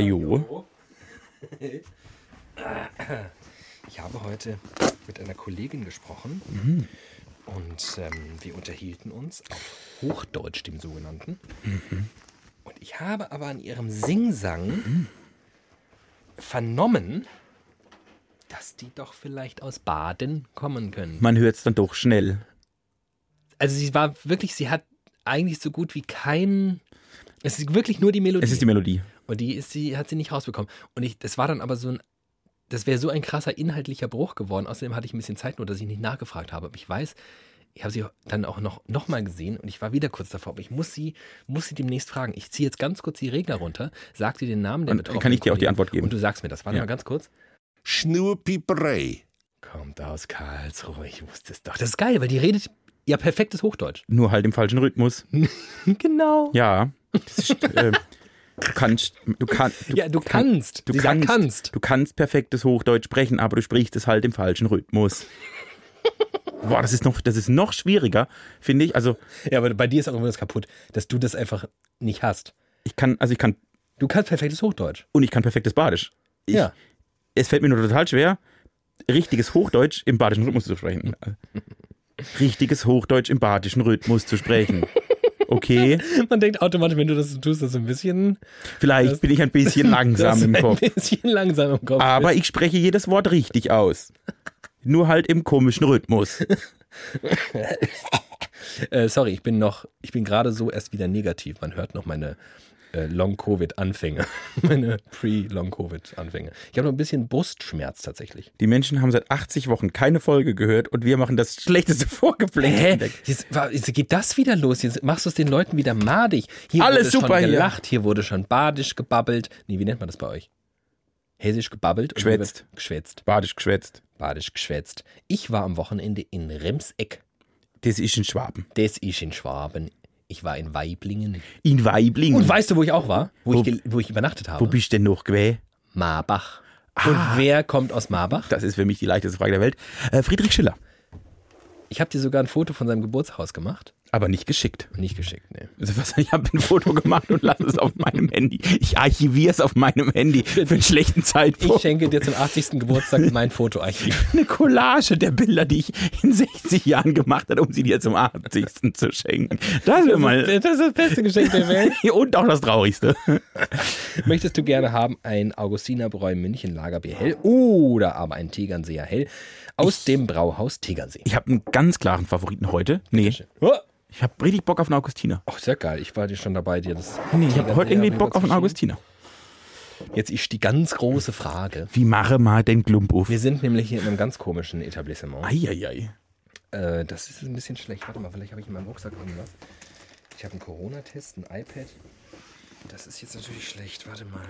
Hajo. Ich habe heute mit einer Kollegin gesprochen und ähm, wir unterhielten uns auf Hochdeutsch, dem sogenannten. Und ich habe aber an ihrem Singsang vernommen, dass die doch vielleicht aus Baden kommen können. Man hört es dann doch schnell. Also sie war wirklich, sie hat eigentlich so gut wie keinen. Es ist wirklich nur die Melodie. Es ist die Melodie. Und die ist sie, hat sie nicht rausbekommen. Und ich, das war dann aber so ein, das wäre so ein krasser inhaltlicher Bruch geworden. Außerdem hatte ich ein bisschen Zeit nur, dass ich nicht nachgefragt habe. Aber ich weiß, ich habe sie dann auch noch, noch mal gesehen und ich war wieder kurz davor. Aber ich muss sie, muss sie demnächst fragen. Ich ziehe jetzt ganz kurz die Regler runter, sag dir den Namen der Und betroffenen kann ich dir auch die Kollegin Antwort geben? Und du sagst mir das. Warte Ja. mal ganz kurz. Schnurpieperei. Kommt aus Karlsruhe, ich wusste es doch. Das ist geil, weil die redet ja perfektes Hochdeutsch. Nur halt im falschen Rhythmus. Genau. Ja. Das ist, äh, du kannst. Du, kann, du, Ja, du kann- kannst. Du Sie sagt kannst, kannst. Du kannst perfektes Hochdeutsch sprechen, aber du sprichst es halt im falschen Rhythmus. Boah, das ist noch, das ist noch schwieriger, finde ich. Also Ja, aber bei dir ist auch irgendwas kaputt, dass du das einfach nicht hast. ich kann, also ich kann Du kannst perfektes Hochdeutsch. und ich kann perfektes Badisch. Ich, Ja. Es fällt mir nur total schwer, richtiges Hochdeutsch im badischen Rhythmus zu sprechen. Richtiges Hochdeutsch im badischen Rhythmus zu sprechen. Okay, Man denkt automatisch, wenn du das so tust, dass du ein bisschen, vielleicht bin ich ein bisschen langsam dass im du ein Kopf. Ah. bisschen langsam im Kopf. Aber ich spreche jedes Wort richtig aus. Nur halt im komischen Rhythmus. Äh, sorry, ich bin noch, ich bin gerade so erst wieder negativ. Man hört noch meine äh, Long-Covid-Anfänge. meine Pre-Long-Covid-Anfänge. Ich habe noch ein bisschen Brustschmerz tatsächlich. Die Menschen haben seit 80 Wochen keine Folge gehört und wir machen das schlechteste Hä? Vorgeplänkel. Jetzt, war- jetzt geht das wieder los. Jetzt machst du es den Leuten wieder madig. Hier Alles wurde super hier. schon gelacht, hier wurde schon badisch gebabbelt. Nee, wie nennt man das bei euch? Hessisch gebabbelt? und Geschwätzt. hier wird Geschwätzt. Badisch geschwätzt. Badisch geschwätzt. Ich war am Wochenende in Remseck. Das ist in Schwaben. Das ist in Schwaben. Ich war in Weiblingen. In Weiblingen. Und weißt du, wo ich auch war? Wo, Hm. Wo- ich, gel- wo ich übernachtet habe? Wo Ah. bist denn noch, Gwä? Marbach. Und wer kommt aus Marbach? Das ist für mich die leichteste Frage der Welt. Äh, Friedrich Schiller. Ich habe dir sogar ein Foto von seinem Geburtshaus gemacht. Aber nicht geschickt. Und nicht geschickt, ne. Also was, ich habe ein Foto gemacht und lasse es auf meinem Handy. Ich archiviere es auf meinem Handy für einen schlechten Ich Zeitpunkt. schenke dir zum 80. Geburtstag mein Fotoarchiv. eine Collage der Bilder, die ich in 60 Jahren gemacht habe, um sie dir zum 80. zu schenken. Das wäre mal... Das ist das beste Geschenk der Welt. Und auch das Traurigste. Möchtest du gerne haben ein Augustinerbräu München Lagerbier Hell oder aber ein Tegernseer Hell aus dem Brauhaus Tegernsee? Ich habe einen ganz klaren Favoriten heute. Nee, Oh, ich habe richtig Bock auf einen Augustiner. ach, sehr geil. Ich war dir schon dabei, dir das. Nee, ich habe Tegernseer heute irgendwie rüber Bock zu auf einen schieben. Augustiner. Jetzt ist die ganz große Frage. Wie mache mal den Glump auf? Wir sind nämlich hier in einem ganz komischen Etablissement. Eieiei. Äh, das ist ein bisschen schlecht. Warte mal, vielleicht habe ich in meinem Rucksack irgendwas. Ich habe einen Corona-Test, ein iPad. Das ist jetzt natürlich schlecht. Warte mal.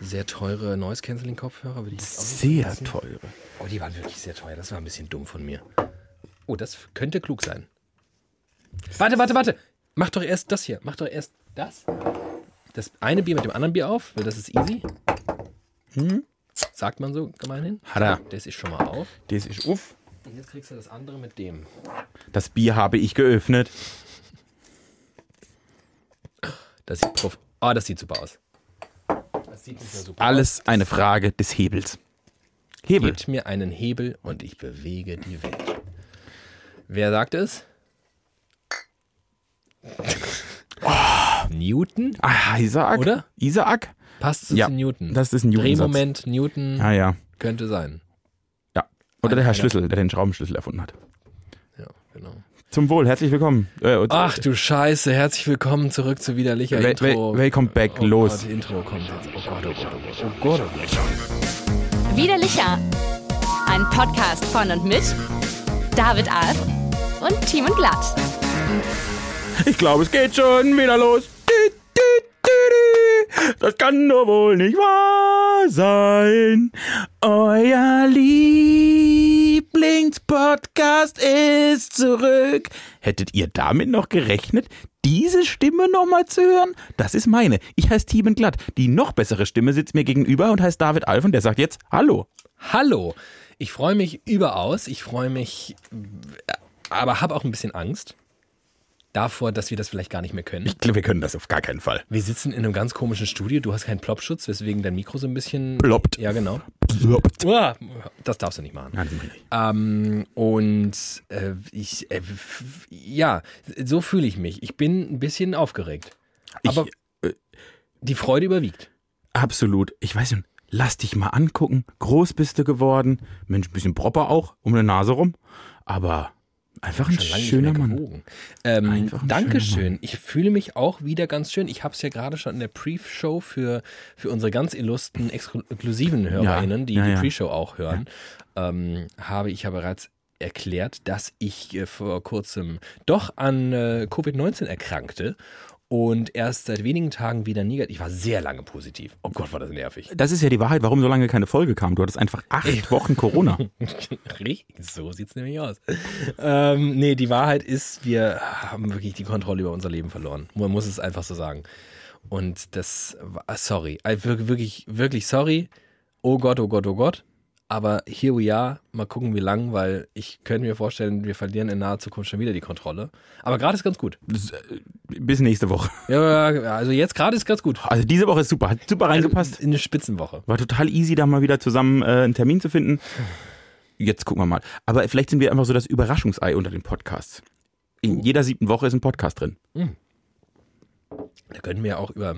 Sehr teure Noise-Canceling-Kopfhörer würde ich jetzt auch nicht Sehr lassen. teure. Oh, die waren wirklich sehr teuer. Das war ein bisschen dumm von mir. Oh, das könnte klug sein. Warte, warte, warte. Mach doch erst das hier. Mach doch erst das. Das eine Bier mit dem anderen Bier auf, weil das ist easy. Hm? Sagt man so gemeinhin. Hat er. Das ist schon mal auf. Das ist uff. Und jetzt kriegst du das andere mit dem. Das Bier habe ich geöffnet. Das sieht prof. Oh, das sieht super aus. Das sieht nicht mehr super Alles eine Frage des Hebels. Hebel. Gebt mir einen Hebel und ich bewege die Welt. Wer sagt es? Oh. Newton? Ah, Isaak. Oder? Isaak? Passt es Ja, zu Newton? das ist ein Newton-Satz. Drehmoment Newton Ja, Ah, ja. könnte sein. ja. Oder der Herr Einer. Schlüssel, der den Schraubenschlüssel erfunden hat. Ja, genau. Zum Wohl, herzlich willkommen. Äh, und- Ach du Scheiße, herzlich willkommen zurück zu widerlicher Wel- Intro. wel- welcome back, oh los. Gott, Intro kommt jetzt. Oh Gott, oh Gott, oh Gott. Oh Gott, oh Gott. Widerlicher. Ein Podcast von und mit David Alf und Team und Glatt. Ich glaube, es geht schon wieder los. Dü, dü, dü, dü. Das kann doch wohl nicht wahr sein. Euer Lieblingspodcast ist zurück. Hättet ihr damit noch gerechnet, diese Stimme nochmal zu hören? Das ist meine. Ich heiße Tieben Glatt. Die noch bessere Stimme sitzt mir gegenüber und heißt David Alf und der sagt jetzt Hallo. Hallo, ich freue äh, mich überaus. Ich freue mich, aber habe auch ein bisschen Angst. davor, dass wir das vielleicht gar nicht mehr können. Ich glaube, wir können das auf gar keinen Fall. Wir sitzen in einem ganz komischen Studio, du hast keinen Plopschutz, weswegen dein Mikro so ein bisschen. Ploppt. Ja, genau. Ploppt. Uah, Das darfst du nicht machen. Nein, Ah, das will ich nicht. Ähm, und äh, ich, äh, f- ja, so fühle ich mich. Ich bin ein bisschen aufgeregt. Aber Ich, äh, die Freude überwiegt. absolut. Ich weiß schon, lass dich mal angucken. Groß bist du geworden. Mensch, ein bisschen proper auch, um eine Nase rum. Aber einfach ein Schon lange schöner nicht mehr Mann. gewogen. Ähm, Einfach ein schöner Dankeschön. Ich fühle mich auch wieder ganz schön. Ich habe es ja gerade schon in der Pre-Show für, für unsere ganz illustren, exklusiven HörerInnen, die ja, die ja. Pre-Show auch hören, ähm, habe ich ja bereits erklärt, dass ich äh, vor kurzem doch an äh, Covid-19 erkrankte und erst seit wenigen Tagen wieder negativ. Ich war sehr lange positiv. Oh Gott, war das nervig. Das ist ja die Wahrheit, warum so lange keine Folge kam. Du hattest einfach acht Wochen Corona. Richtig, so sieht's nämlich aus. Ähm, nee, die Wahrheit ist, wir haben wirklich die Kontrolle über unser Leben verloren. Man muss es einfach so sagen. Und das war, sorry, Äh, wir- wirklich, wirklich sorry. Oh Gott, oh Gott, oh Gott. Aber here we are. Mal gucken, wie lang, weil ich könnte mir vorstellen, wir verlieren in naher Zukunft schon wieder die Kontrolle. Aber gerade ist ganz gut. Bis nächste Woche. Ja, also jetzt gerade ist ganz gut. Also diese Woche ist super. Hat super Also, reingepasst. In eine Spitzenwoche. War total easy, da mal wieder zusammen äh, einen Termin zu finden. Jetzt gucken wir mal. Aber vielleicht sind wir einfach so das Überraschungsei unter den Podcasts. Oh. In jeder siebten Woche ist ein Podcast drin. Da können wir auch über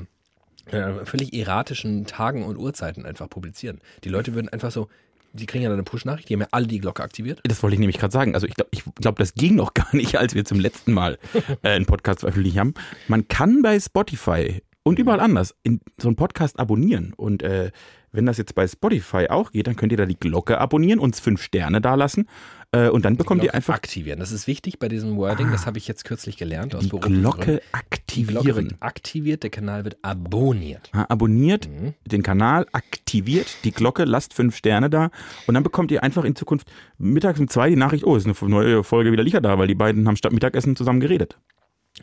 äh, völlig erratischen Tagen und Uhrzeiten einfach publizieren. Die Leute würden einfach so, die kriegen ja dann eine Push-Nachricht, die haben ja alle die Glocke aktiviert. Das wollte ich nämlich gerade sagen. Also ich glaube, ich glaub, das ging noch gar nicht, als wir zum letzten Mal äh, einen Podcast veröffentlicht haben. Man kann bei Spotify und überall anders in so einen Podcast abonnieren. Und äh, wenn das jetzt bei Spotify auch geht, dann könnt ihr da die Glocke abonnieren, uns fünf Sterne dalassen. Äh, und dann bekommt ihr Glocke einfach Ah. aktivieren. Das ist wichtig bei diesem Wording, das habe ich jetzt kürzlich gelernt aus die beruflichen Gründen. Glocke Die Glocke wird aktivieren. aktiviert, der Kanal wird abonniert. Mhm. Ja, abonniert den Kanal, aktiviert die Glocke, lasst fünf Sterne da und dann bekommt ihr einfach in Zukunft mittags um zwei die Nachricht, oh, ist eine neue Folge wieder Licher da, weil die beiden haben statt Mittagessen zusammen geredet.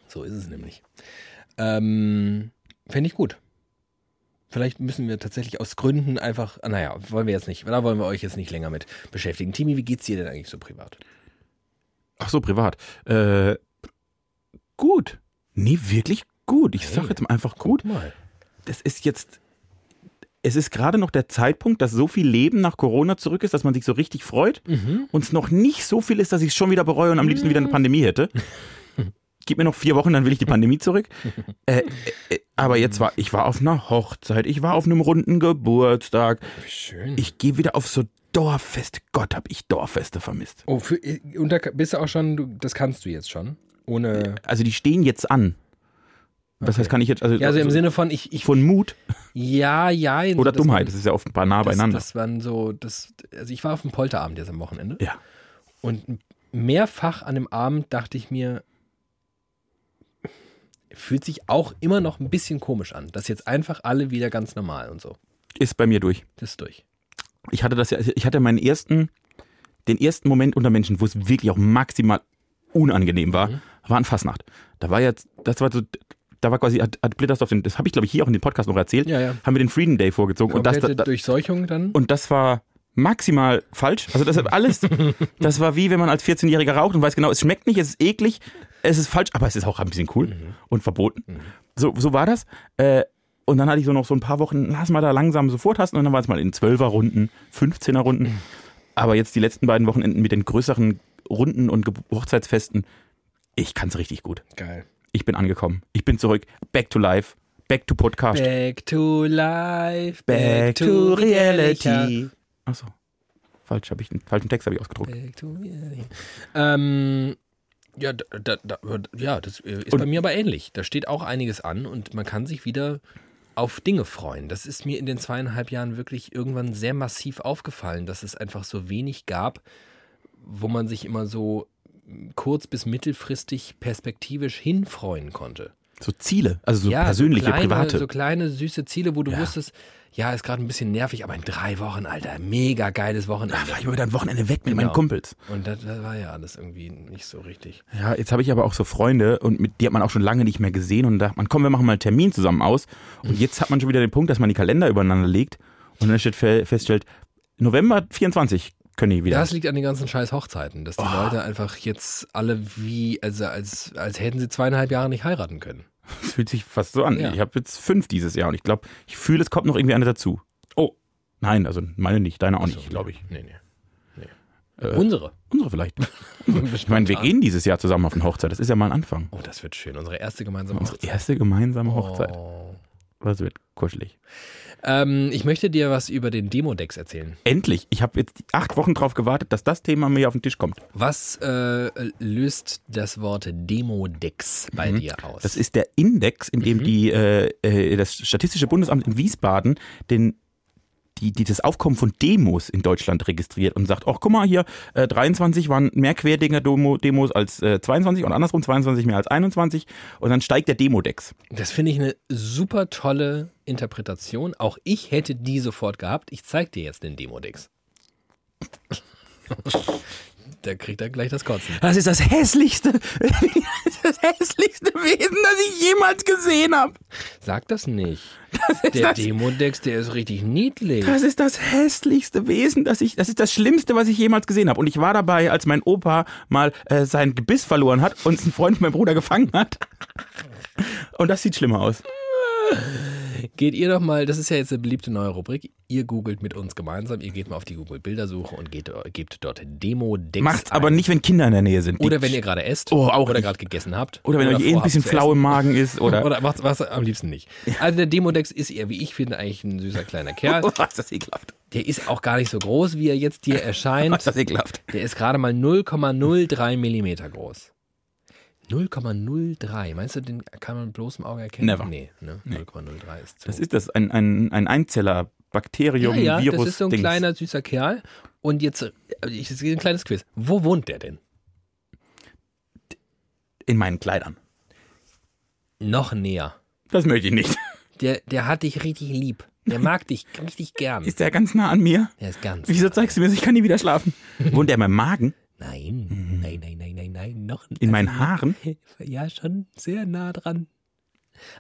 So ist es nämlich. Ähm, Fände ich gut. Vielleicht müssen wir tatsächlich aus Gründen einfach, ah, naja, wollen wir jetzt nicht, da wollen wir euch jetzt nicht länger mit beschäftigen. Timi, wie geht's dir denn eigentlich so privat? Ach so, privat. Äh, gut. Nee, wirklich gut. Ich sag jetzt mal einfach gut. Mal. Das ist jetzt. Es ist gerade noch der Zeitpunkt, dass so viel Leben nach Corona zurück ist, dass man sich so richtig freut und es noch nicht so viel ist, dass ich es schon wieder bereue und am liebsten wieder eine Pandemie hätte. Gib mir noch vier Wochen, dann will ich die Pandemie zurück. Äh, äh, aber jetzt war ich war auf einer Hochzeit, ich war auf einem runden Geburtstag, Schön. ich gehe wieder auf so Dorffeste. Gott, hab ich Dorffeste vermisst. Oh, für, und da bist du auch schon, du, das kannst du jetzt schon. Ohne. Also die stehen jetzt an. Was heißt, kann ich jetzt also, Ja, also im so- Sinne von, ich. ich von Mut ja, ja. oder das- Dummheit? Das ist ja oft ein paar nah Das, beieinander. das waren so, das, also ich war auf dem Polterabend jetzt am Wochenende ja. und mehrfach an dem Abend dachte ich mir, fühlt sich auch immer noch ein bisschen komisch an. Das ist jetzt einfach alle wieder ganz normal und so. Ist bei mir durch. Das ist durch. Ich hatte das ja, ich hatte meinen ersten, den ersten Moment unter Menschen, wo es wirklich auch maximal unangenehm war, Mhm. war an Fastnacht. Da war jetzt, das war so, da war quasi, hat, hat Blittersdorf den, das habe ich glaube ich hier auch in dem Podcast noch erzählt, Ja, ja. haben wir den Freedom Day vorgezogen und das, Komplette das, das, Durchseuchung dann. und das war maximal falsch. Also das hat alles, das war wie wenn man als 14-Jähriger raucht und weiß genau, es schmeckt nicht, es ist eklig, es ist falsch, aber es ist auch ein bisschen cool und verboten. So, so war das. Äh, und dann hatte ich so noch so ein paar Wochen, lass mal da langsam so vortasten und dann war es mal in 12er-Runden, 15er-Runden. Aber jetzt die letzten beiden Wochenenden mit den größeren Runden und Ge Hochzeitsfesten, ich kann es richtig gut. Geil. Ich bin angekommen. Ich bin zurück. Back to life. Back to Podcast. Back to life. Achso. Falsch, habe ich einen falschen Text habe ich ausgedruckt. Äh. Ähm, ja, da, da, da, ja, das äh, ist Und- bei mir aber ähnlich. Da steht auch einiges an und man kann sich wieder auf Dinge freuen. Das ist mir in den zweieinhalb Jahren wirklich irgendwann sehr massiv aufgefallen, dass es einfach so wenig gab, wo man sich immer so kurz bis mittelfristig perspektivisch hinfreuen konnte. So Ziele, also so Ja, persönliche, so kleine, private. So kleine, süße Ziele, wo du wusstest, ja, ist gerade ein bisschen nervig, aber in drei Wochen, Alter, mega geiles Wochenende. da war ich mal wieder ein Wochenende weg mit meinen Genau. Kumpels. Und das, das war ja alles irgendwie nicht so richtig. Ja, jetzt habe ich aber auch so Freunde und mit die hat man auch schon lange nicht mehr gesehen und da dachte man, komm, wir machen mal einen Termin zusammen aus. Und jetzt hat man schon wieder den Punkt, dass man die Kalender übereinander legt und dann steht fe- feststellt, November 24 Können die wieder. Das liegt an den ganzen scheiß Hochzeiten, dass die Oh. Leute einfach jetzt alle wie, also als, als hätten sie zweieinhalb Jahre nicht heiraten können. Das fühlt sich fast so an. Ja. Ich habe jetzt fünf dieses Jahr und ich glaube, ich fühle, es kommt noch irgendwie eine dazu. Oh, nein, also meine nicht, deine auch nicht, glaube ich. Nee, nee. nee. Äh, Unsere. Unsere vielleicht. ich meine, wir gehen dieses Jahr zusammen auf eine Hochzeit. Das ist ja mal ein Anfang. Oh, das wird schön. Unsere erste gemeinsame Unsere Hochzeit. erste gemeinsame Hochzeit. Oh. Das wird kuschelig. Ähm, ich möchte dir was über den Demodex erzählen. Endlich. Ich habe jetzt acht Wochen drauf gewartet, dass das Thema mir auf den Tisch kommt. Was äh, löst das Wort Demodex bei dir aus? Mhm. Das ist der Index, in dem die, äh, äh, das Statistische Bundesamt in Wiesbaden den, die, die das Aufkommen von Demos in Deutschland registriert und sagt, ach guck mal hier, äh, 23 waren mehr Querdenker-Demos als äh, 22 und andersrum 22 mehr als 21 und dann steigt der Demodex. Das finde ich eine super tolle Interpretation. Auch ich hätte die sofort gehabt. Ich zeig dir jetzt den Demodex. da kriegt er gleich das Kotzen. Das ist das hässlichste, das hässlichste Wesen, das ich jemals gesehen habe. Sag das nicht. der Demodex, der ist richtig niedlich. Das ist das hässlichste Wesen, das ich, das ist das Schlimmste, was ich jemals gesehen habe. Und ich war dabei, als mein Opa mal äh, sein Gebiss verloren hat und ein Freund von meinem Bruder gefangen hat. Und das sieht schlimmer aus. Geht ihr doch mal, das ist ja jetzt eine beliebte neue Rubrik. Ihr googelt mit uns gemeinsam. Ihr geht mal auf die Google-Bildersuche und geht, gebt dort Demodex. Macht's ein. aber nicht, wenn Kinder in der Nähe sind. Die- Oder wenn ihr gerade esst. Oh, auch oder nicht. gerade gegessen habt. oder wenn euch eh ein vorhabt bisschen zu flau im Magen ist oder. Oder was, was am liebsten nicht. Also der Demodex ist eher, wie ich finde, eigentlich ein süßer kleiner Kerl. Oh, ist das ekelhaft. Der ist auch gar nicht so groß, wie er jetzt dir Oh, erscheint. ist das ekelhaft. Der ist gerade mal 0,03 Millimeter groß. 0,03. Meinst du, den kann man bloß im Auge erkennen? Never. Nee, ne? 0,03 ist zu. Das ist das, ein, ein, ein Einzeller, Bakterium, ja, ja, Virus. das ist so ein Dings. kleiner, süßer Kerl. Und jetzt, äh, ich- jetzt geht ein kleines Quiz. Wo wohnt der denn? In meinen Kleidern. Noch näher. Das möchte ich nicht. Der, der hat dich richtig lieb. Der mag dich richtig gern. Ist der ganz nah an mir? Der ist ganz. Wieso zeigst du mir das? Ich kann nie wieder schlafen. Wohnt der in meinem Magen? Nein, Mhm. nein, nein, nein, nein, nein, noch In meinen Haaren? Ja, schon sehr nah dran.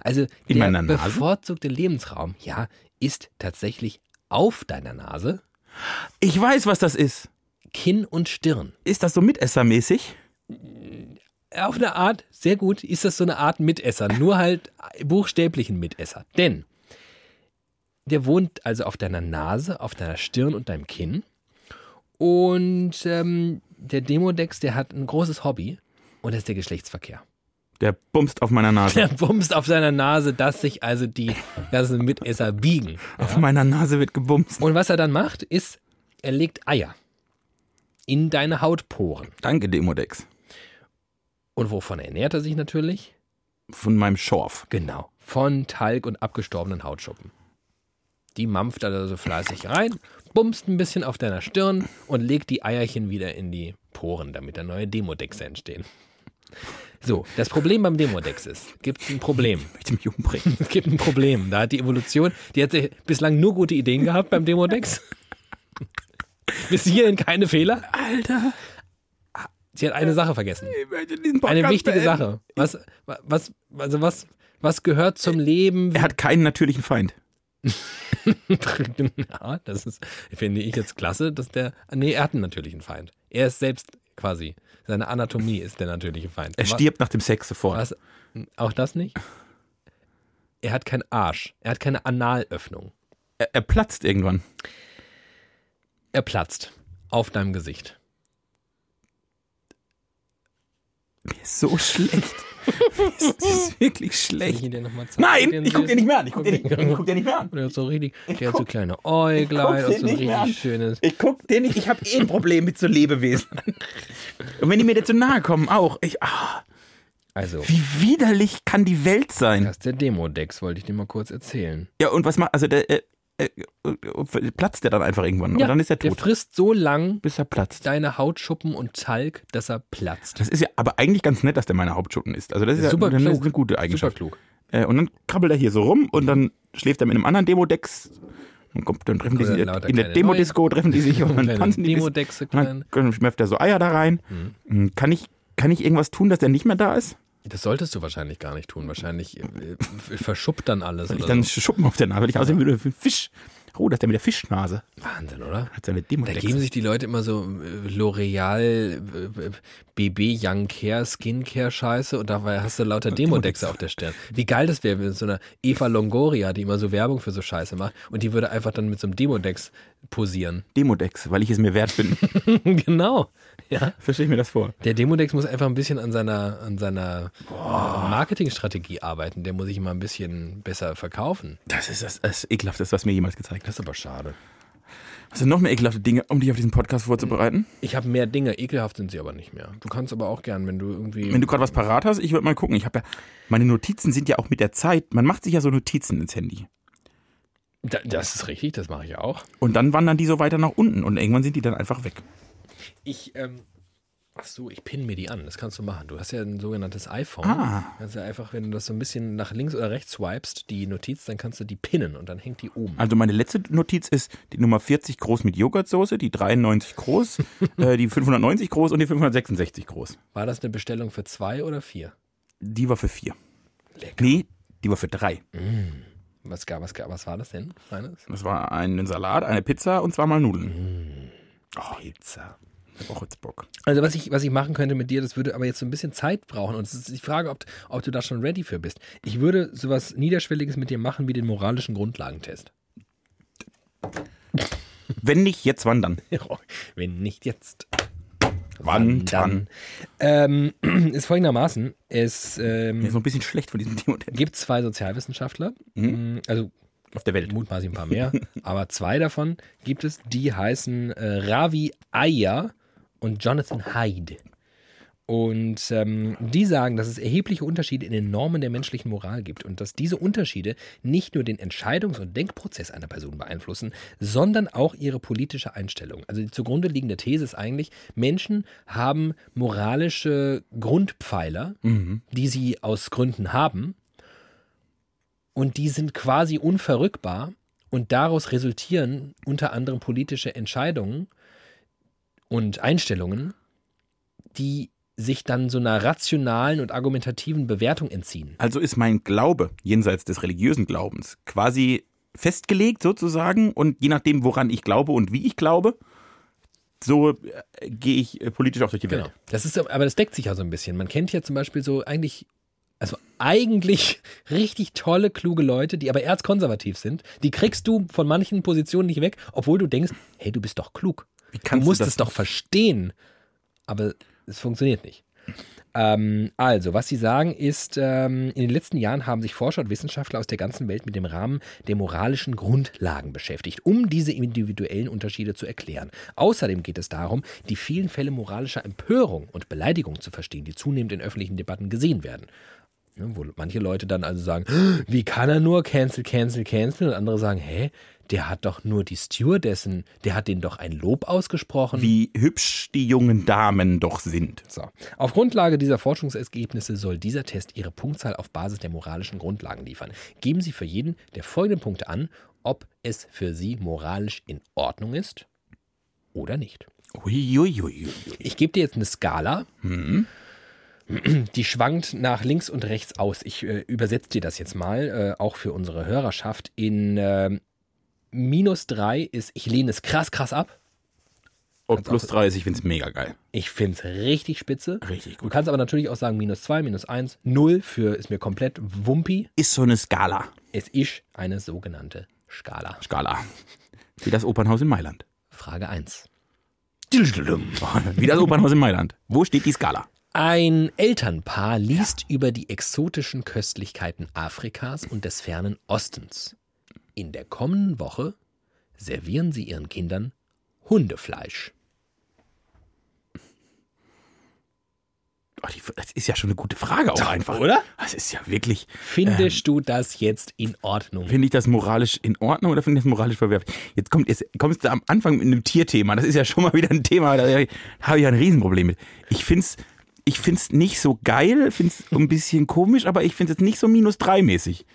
Also In der meiner Nase? bevorzugte Lebensraum, ja, ist tatsächlich auf deiner Nase, Ich weiß, was das ist. Kinn und Stirn. Ist das so mitessermäßig? Auf eine Art, sehr gut, ist das so eine Art Mitesser, nur halt buchstäblichen Mitesser. Denn der wohnt also auf deiner Nase, auf deiner Stirn und deinem Kinn. Und ähm, der Demodex, der hat ein großes Hobby und das ist der Geschlechtsverkehr. Der bumst auf meiner Nase. Der bumst auf seiner Nase, dass sich also die ganzen Mitesser biegen. Auf meiner Nase wird gebumst. Und was er dann macht, ist, er legt Eier in deine Hautporen. Danke, Demodex. Und wovon ernährt er sich natürlich? Von meinem Schorf. Genau, von Talg und abgestorbenen Hautschuppen. Die mampft er da so fleißig rein, bumst ein bisschen auf deiner Stirn und legt die Eierchen wieder in die Poren, damit da neue Demodexe entstehen. So, das Problem beim Demodex ist, gibt es ein Problem. Möchte mich umbringen. Es gibt ein Problem. Da hat die Evolution, die hat bislang nur gute Ideen gehabt beim Demodex. Bis hierhin keine Fehler. Alter, Sie hat eine Sache vergessen. ich möchte diesen Podcast Eine wichtige beenden. Sache. Was, was, also was, was gehört zum Leben? Er hat keinen natürlichen Feind. ja, das ist, finde ich jetzt klasse, dass der, nee, er hat einen natürlichen Feind. Er ist selbst quasi, seine Anatomie ist der natürliche Feind. Er Wa- stirbt nach dem Sex sofort. Was, auch das nicht? Er hat keinen Arsch. Er hat keine Analöffnung. Er, er platzt irgendwann. Er platzt auf deinem Gesicht. Mir ist so schlecht. Es ist wirklich schlecht. dir nochmal zeigen? Nein, ich guck dir nicht mehr an. Ich guck dir nicht, ich guck dir nicht mehr an. Der hat so richtig, der guck- hat so kleine Äuglein ich guck und so ein den nicht mehr an. richtig schönes. Ich guck den nicht. Ich habe eh ein Problem mit so Lebewesen. Und wenn die mir dazu nahe kommen, auch. Ich, ah, Also, wie widerlich kann die Welt sein? das ist der Demodex, wollte ich dir mal kurz erzählen. Ja, und was macht, also der, äh, äh, äh, platzt der dann einfach irgendwann und dann ist er der tot, frisst so lang bis er platzt. deine Hautschuppen und Talg, dass er platzt. Das ist ja aber eigentlich ganz nett, dass der meine Hauptschuppen ist. Also das ist Super ja dann klug. ist eine gute Super Eigenschaft. klug. Äh, und dann krabbelt er hier so rum und dann schläft er mit einem anderen Demodex. Und kommt, dann treffen die Oder sich lauter in der kleine Demodisco, treffen die sich und dann Kleine tanzen die bis- Demodexe, kleine. Mhm. Und Dann schmeißt er so Eier da rein. Hm, Kann, ich, kann ich irgendwas tun, dass der nicht mehr da ist? Das solltest du wahrscheinlich gar nicht tun. Wahrscheinlich äh, äh, verschuppt dann alles. Weil ich Oder dann so. Also. Schuppen auf der Nase, weil ich aussehen würde wie ein Fisch. Oh, das ist der mit der Fischnase. Wahnsinn, oder? Hat seine Demo. Da geben sich die Leute immer so äh, L'Oreal, äh, BB Young Care, Skincare Scheiße und dabei hast du lauter Demodexe auf der Stirn. Wie geil das wäre mit so einer Eva Longoria, die immer so Werbung für so Scheiße macht und die würde einfach dann mit so einem Demodex posieren. Demodex, weil ich es mir wert bin. genau. Ja. so stelle ich mir das vor. Der Demodex muss einfach ein bisschen an seiner, an seiner äh, Marketingstrategie arbeiten. Der muss sich immer ein bisschen besser verkaufen. Das ist das, das Ekelhafteste, was mir jemals gezeigt hat. ist aber schade. Hast du noch mehr ekelhafte Dinge, um dich auf diesen Podcast vorzubereiten? Ich habe mehr Dinge, ekelhaft sind sie aber nicht mehr. Du kannst aber auch gern, wenn du irgendwie. Wenn du gerade was parat hast, ich würde mal gucken. Ich habe ja, meine Notizen sind ja auch mit der Zeit. Man macht sich ja so Notizen ins Handy. Da, das ist richtig, das mache ich auch. Und dann wandern die so weiter nach unten und irgendwann sind die dann einfach weg. Ich, ähm, ach so, ich pinne mir die an. Das kannst du machen. Du hast ja ein sogenanntes iPhone. Ah. Kannst du einfach, wenn du das so ein bisschen nach links oder rechts swipest, die Notiz, dann kannst du die pinnen und dann hängt die oben. Also meine letzte Notiz ist die Nummer 40 groß mit Joghurtsoße, die 93 groß, äh, die 590 groß und die 566 groß. War das eine Bestellung für zwei oder vier? Die war für vier. Lecker. Nee, die war für drei. Was gab, was gab, was war das denn? Meines? Das war ein Salat, eine Pizza und zweimal Nudeln. Pizza. Mhm. Ich hab auch jetzt Bock. Also was ich, was ich machen könnte mit dir, das würde aber jetzt so ein bisschen Zeit brauchen. Und es ist die Frage, ob, ob du da schon ready für bist. Ich würde sowas Niederschwelliges mit dir machen wie den moralischen Grundlagentest. Wenn nicht, jetzt wandern. Wenn nicht jetzt. Wann dann? Ähm, ist folgendermaßen, es ähm, Mir ist so ein bisschen schlecht von diesem Thema gibt zwei Sozialwissenschaftler, Mhm. mh, also auf der Welt. mutmaßlich ein paar mehr, aber zwei davon gibt es, die heißen äh, Ravi Ayer und Jonathan Hyde. Und ähm, die sagen, dass es erhebliche Unterschiede in den Normen der menschlichen Moral gibt und dass diese Unterschiede nicht nur den Entscheidungs- und Denkprozess einer Person beeinflussen, sondern auch ihre politische Einstellung. Also die zugrunde liegende These ist eigentlich, Menschen haben moralische Grundpfeiler, Mhm. die sie aus Gründen haben, und die sind quasi unverrückbar und daraus resultieren unter anderem politische Entscheidungen und Einstellungen, die sich dann so einer rationalen und argumentativen Bewertung entziehen. Also ist mein Glaube jenseits des religiösen Glaubens quasi festgelegt sozusagen und je nachdem, woran ich glaube und wie ich glaube, so äh, gehe ich äh, politisch auch durch die Welt. Genau. Das ist, aber das deckt sich ja so ein bisschen. Man kennt ja zum Beispiel so eigentlich, also eigentlich richtig tolle, kluge Leute, die aber erzkonservativ sind. Die kriegst du von manchen Positionen nicht weg, obwohl du denkst, hey, du bist doch klug. Wie kannst du musst du das es doch verstehen. Aber es funktioniert nicht. Ähm, also, was sie sagen ist, ähm, in den letzten Jahren haben sich Forscher und Wissenschaftler aus der ganzen Welt mit dem Rahmen der moralischen Grundlagen beschäftigt, um diese individuellen Unterschiede zu erklären. Außerdem geht es darum, die vielen Fälle moralischer Empörung und Beleidigung zu verstehen, die zunehmend in öffentlichen Debatten gesehen werden. Ne, wo manche Leute dann also sagen, wie kann er nur cancel, cancel, cancel? Und andere sagen, hä, der hat doch nur die Stewardessen, der hat denen doch ein Lob ausgesprochen. Wie hübsch die jungen Damen doch sind. So. Auf Grundlage dieser Forschungsergebnisse soll dieser Test Ihre Punktzahl auf Basis der moralischen Grundlagen liefern. Geben Sie für jeden der folgenden Punkte an, ob es für Sie moralisch in Ordnung ist oder nicht. Uiuiui. Ich gebe dir jetzt eine Skala. Die schwankt nach links und rechts aus. Ich äh, übersetze dir das jetzt mal, äh, auch für unsere Hörerschaft. In äh, minus 3 ist, ich lehne es krass, krass ab. Und plus 30, ich finde es mega geil. Ich finde es richtig spitze. Richtig Du kannst aber natürlich auch sagen, minus 2, minus 1, 0 für ist mir komplett wumpi. Ist so eine Skala. Es ist eine sogenannte Skala. Skala. Wie das Opernhaus in Mailand. Frage 1. Wie das Opernhaus in Mailand. Wo steht die Skala? Ein Elternpaar liest über die exotischen Köstlichkeiten Afrikas und des fernen Ostens. In der kommenden Woche servieren sie ihren Kindern Hundefleisch. Oh, die, das ist ja schon eine gute Frage auch einfach. oder? Das ist ja wirklich. Findest du das jetzt in Ordnung? Finde ich das moralisch in Ordnung oder finde ich das moralisch verwerflich? Jetzt, kommt, jetzt kommst du am Anfang mit einem Tierthema. Das ist ja schon mal wieder ein Thema, da habe ich ja ein Riesenproblem mit. Ich finde es ich find's nicht so geil, finde es ein bisschen komisch, aber ich finde es nicht so minus drei mäßig.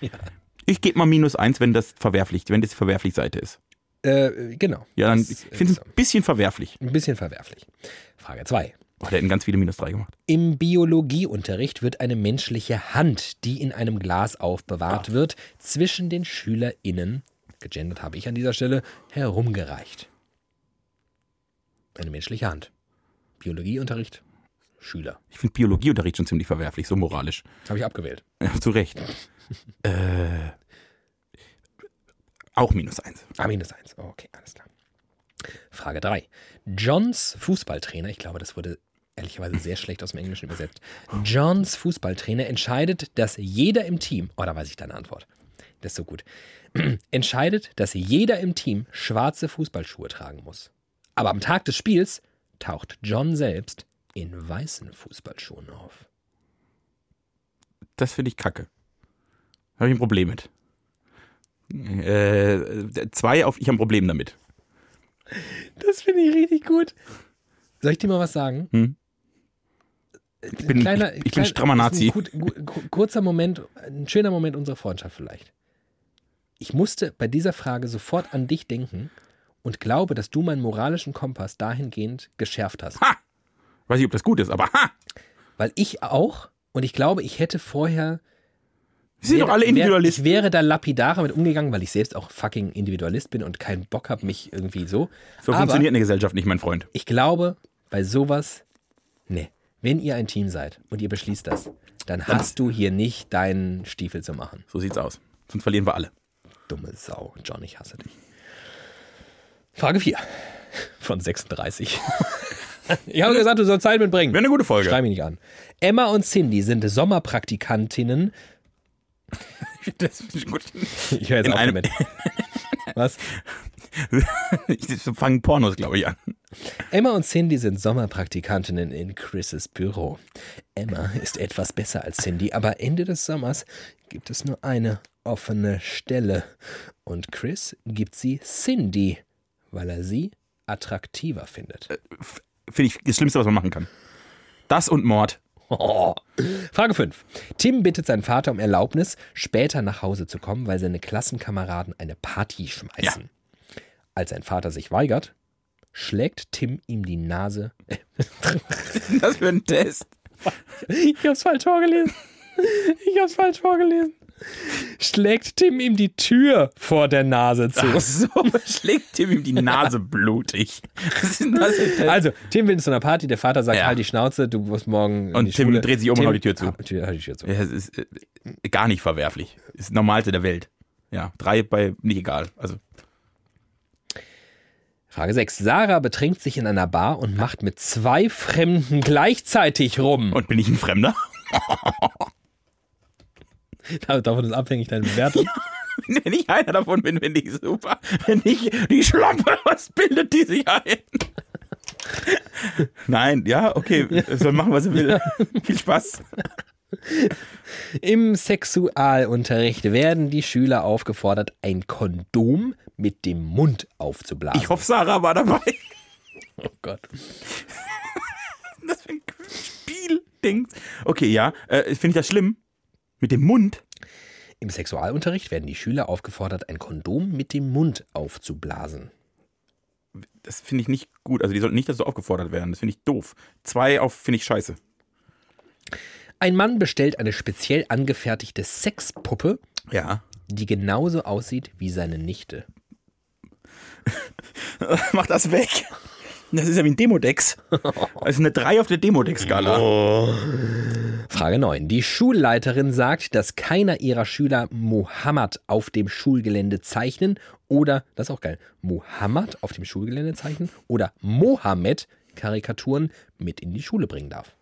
Ich gebe mal minus eins, wenn das verwerflich, wenn das die verwerflich Seite ist. Äh, genau. Ja, dann Das ich finde es ist ein bisschen verwerflich. ein bisschen verwerflich. Frage 2. Oh, der hätten ganz viele minus drei gemacht. Im Biologieunterricht wird eine menschliche Hand, die in einem Glas aufbewahrt wird, zwischen den SchülerInnen gegendert habe ich an dieser Stelle, herumgereicht. Eine menschliche Hand. Biologieunterricht, Schüler. Ich finde Biologieunterricht schon ziemlich verwerflich, so moralisch. Habe ich abgewählt. Ja, zu Recht. äh, auch minus eins. Ah, minus eins. Oh, okay, alles klar. Frage 3. Johns Fußballtrainer, ich glaube, das wurde ehrlicherweise sehr schlecht aus dem Englischen übersetzt. Johns Fußballtrainer entscheidet, dass jeder im Team, oh, da weiß ich deine Antwort. Das ist so gut. entscheidet, dass jeder im Team schwarze Fußballschuhe tragen muss. Aber am Tag des Spiels taucht John selbst in weißen Fußballschuhen auf. Das finde ich kacke. Habe ich ein Problem mit. Äh, zwei auf, ich habe ein Problem damit. Das finde ich richtig gut. Soll ich dir mal was sagen? Hm. Ich bin- ich- ich bin strammer Nazi. kurzer Moment, ein schöner Moment unserer Freundschaft vielleicht. Ich musste bei dieser Frage sofort an dich denken und glaube, dass du meinen moralischen Kompass dahingehend geschärft hast. Ha! Weiß nicht, ob das gut ist, aber ha! Weil ich auch, und ich glaube, ich hätte vorher. Sie sind doch alle Individualisten. Wär, ich wäre da lapidarer mit umgegangen, weil ich selbst auch fucking Individualist bin und keinen Bock habe, mich irgendwie so. So Aber- funktioniert eine Gesellschaft nicht, mein Freund. Ich glaube, bei sowas, nee, wenn ihr ein Team seid und ihr beschließt das, dann hast du hier nicht deinen Stiefel zu machen. So sieht's aus. Sonst verlieren wir alle. Dumme Sau, John, ich hasse dich. Frage 4 von 36. ich habe gesagt, du sollst Zeit mitbringen. Wäre eine gute Folge. Schrei mich nicht an. Emma und Cindy sind Sommerpraktikantinnen. Das ist gut. Ich höre jetzt In auf einem- damit. Was? Ich fangen Pornos, glaube ich, an. Emma und Cindy sind Sommerpraktikantinnen in Chris' Büro. Emma ist etwas besser als Cindy, aber Ende des Sommers gibt es nur eine offene Stelle. Und Chris gibt sie Cindy, weil er sie attraktiver findet. Finde ich das Schlimmste, was man machen kann. Das und Mord. Oh. Frage 5. Tim bittet seinen Vater um Erlaubnis, später nach Hause zu kommen, weil seine Klassenkameraden eine Party schmeißen. Als sein Vater sich weigert, schlägt Tim ihm die Nase Das für ein Test. Ich hab's falsch vorgelesen. Ich hab's falsch vorgelesen. Schlägt Tim ihm die Tür vor der Nase zu. Ach so, schlägt Tim ihm die Nase blutig. Was ist denn das für ein Test? Also, Tim will zu einer Party, der Vater sagt, Ja. halt die Schnauze, du musst morgen. in Und die Tim Schule. dreht sich um und Tim- haut die Tür zu. Ah, Tür- haut die Tür zu. Ja, es ist äh, gar nicht verwerflich. Ist das Normalste der Welt. Ja, drei bei nicht egal. Also Frage 6. Sarah betrinkt sich in einer Bar und macht mit zwei Fremden gleichzeitig rum. und bin ich ein Fremder? Davon ist abhängig deine Bewertung. Wenn ich einer davon bin, finde ich super. Wenn ich die Schlampe, was bildet die sich ein? Nein, ja, okay, soll machen, was er will. Viel Spaß. Im Sexualunterricht werden die Schüler aufgefordert, ein Kondom mit dem Mund aufzublasen. Ich hoffe, Sarah war dabei. oh Gott. Das für ein Spielding. Okay, ja, äh, finde ich das schlimm? Mit dem Mund? Im Sexualunterricht werden die Schüler aufgefordert, ein Kondom mit dem Mund aufzublasen. Das finde ich nicht gut. Also die sollten nicht dazu aufgefordert werden. Das finde ich doof. Zwei auf finde ich scheiße. Ein Mann bestellt eine speziell angefertigte Sexpuppe, Ja. die genauso aussieht wie seine Nichte. Mach das weg. Das ist ja wie ein Demodex. Also eine 3 auf der Oh. Demodex-Skala. Frage 9. Die Schulleiterin sagt, dass keiner ihrer Schüler Mohammed auf dem Schulgelände zeichnen oder, das ist auch geil, Mohammed auf dem Schulgelände zeichnen oder Mohammed Karikaturen mit in die Schule bringen darf.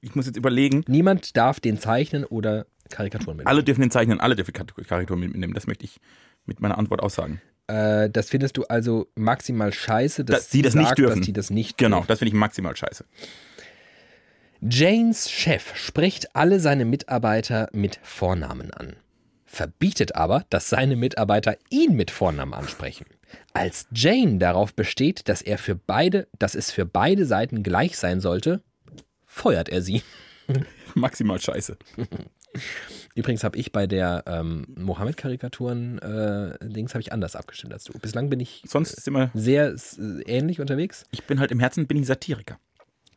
Ich muss jetzt überlegen. Niemand darf den zeichnen oder Karikaturen mit. Alle dürfen den zeichnen, alle dürfen Kategor- Karikaturen mitnehmen. Das möchte ich mit meiner Antwort aussagen. Äh, das findest du also maximal scheiße, dass, Dass sie das nicht sagt, dürfen. Dass die das nicht Genau, dürfen. das finde ich maximal scheiße. Janes Chef spricht alle seine Mitarbeiter mit Vornamen an, verbietet aber, dass seine Mitarbeiter ihn mit Vornamen ansprechen. Als Jane darauf besteht, dass er für beide, dass es für beide Seiten gleich sein sollte, feuert er sie. Maximal scheiße. Übrigens habe ich bei der ähm, Mohammed-Karikaturen äh, Dings habe ich anders abgestimmt als du. Bislang bin ich Sonst sind wir, sehr äh, ähnlich unterwegs. ich bin halt im Herzen, bin ich Satiriker.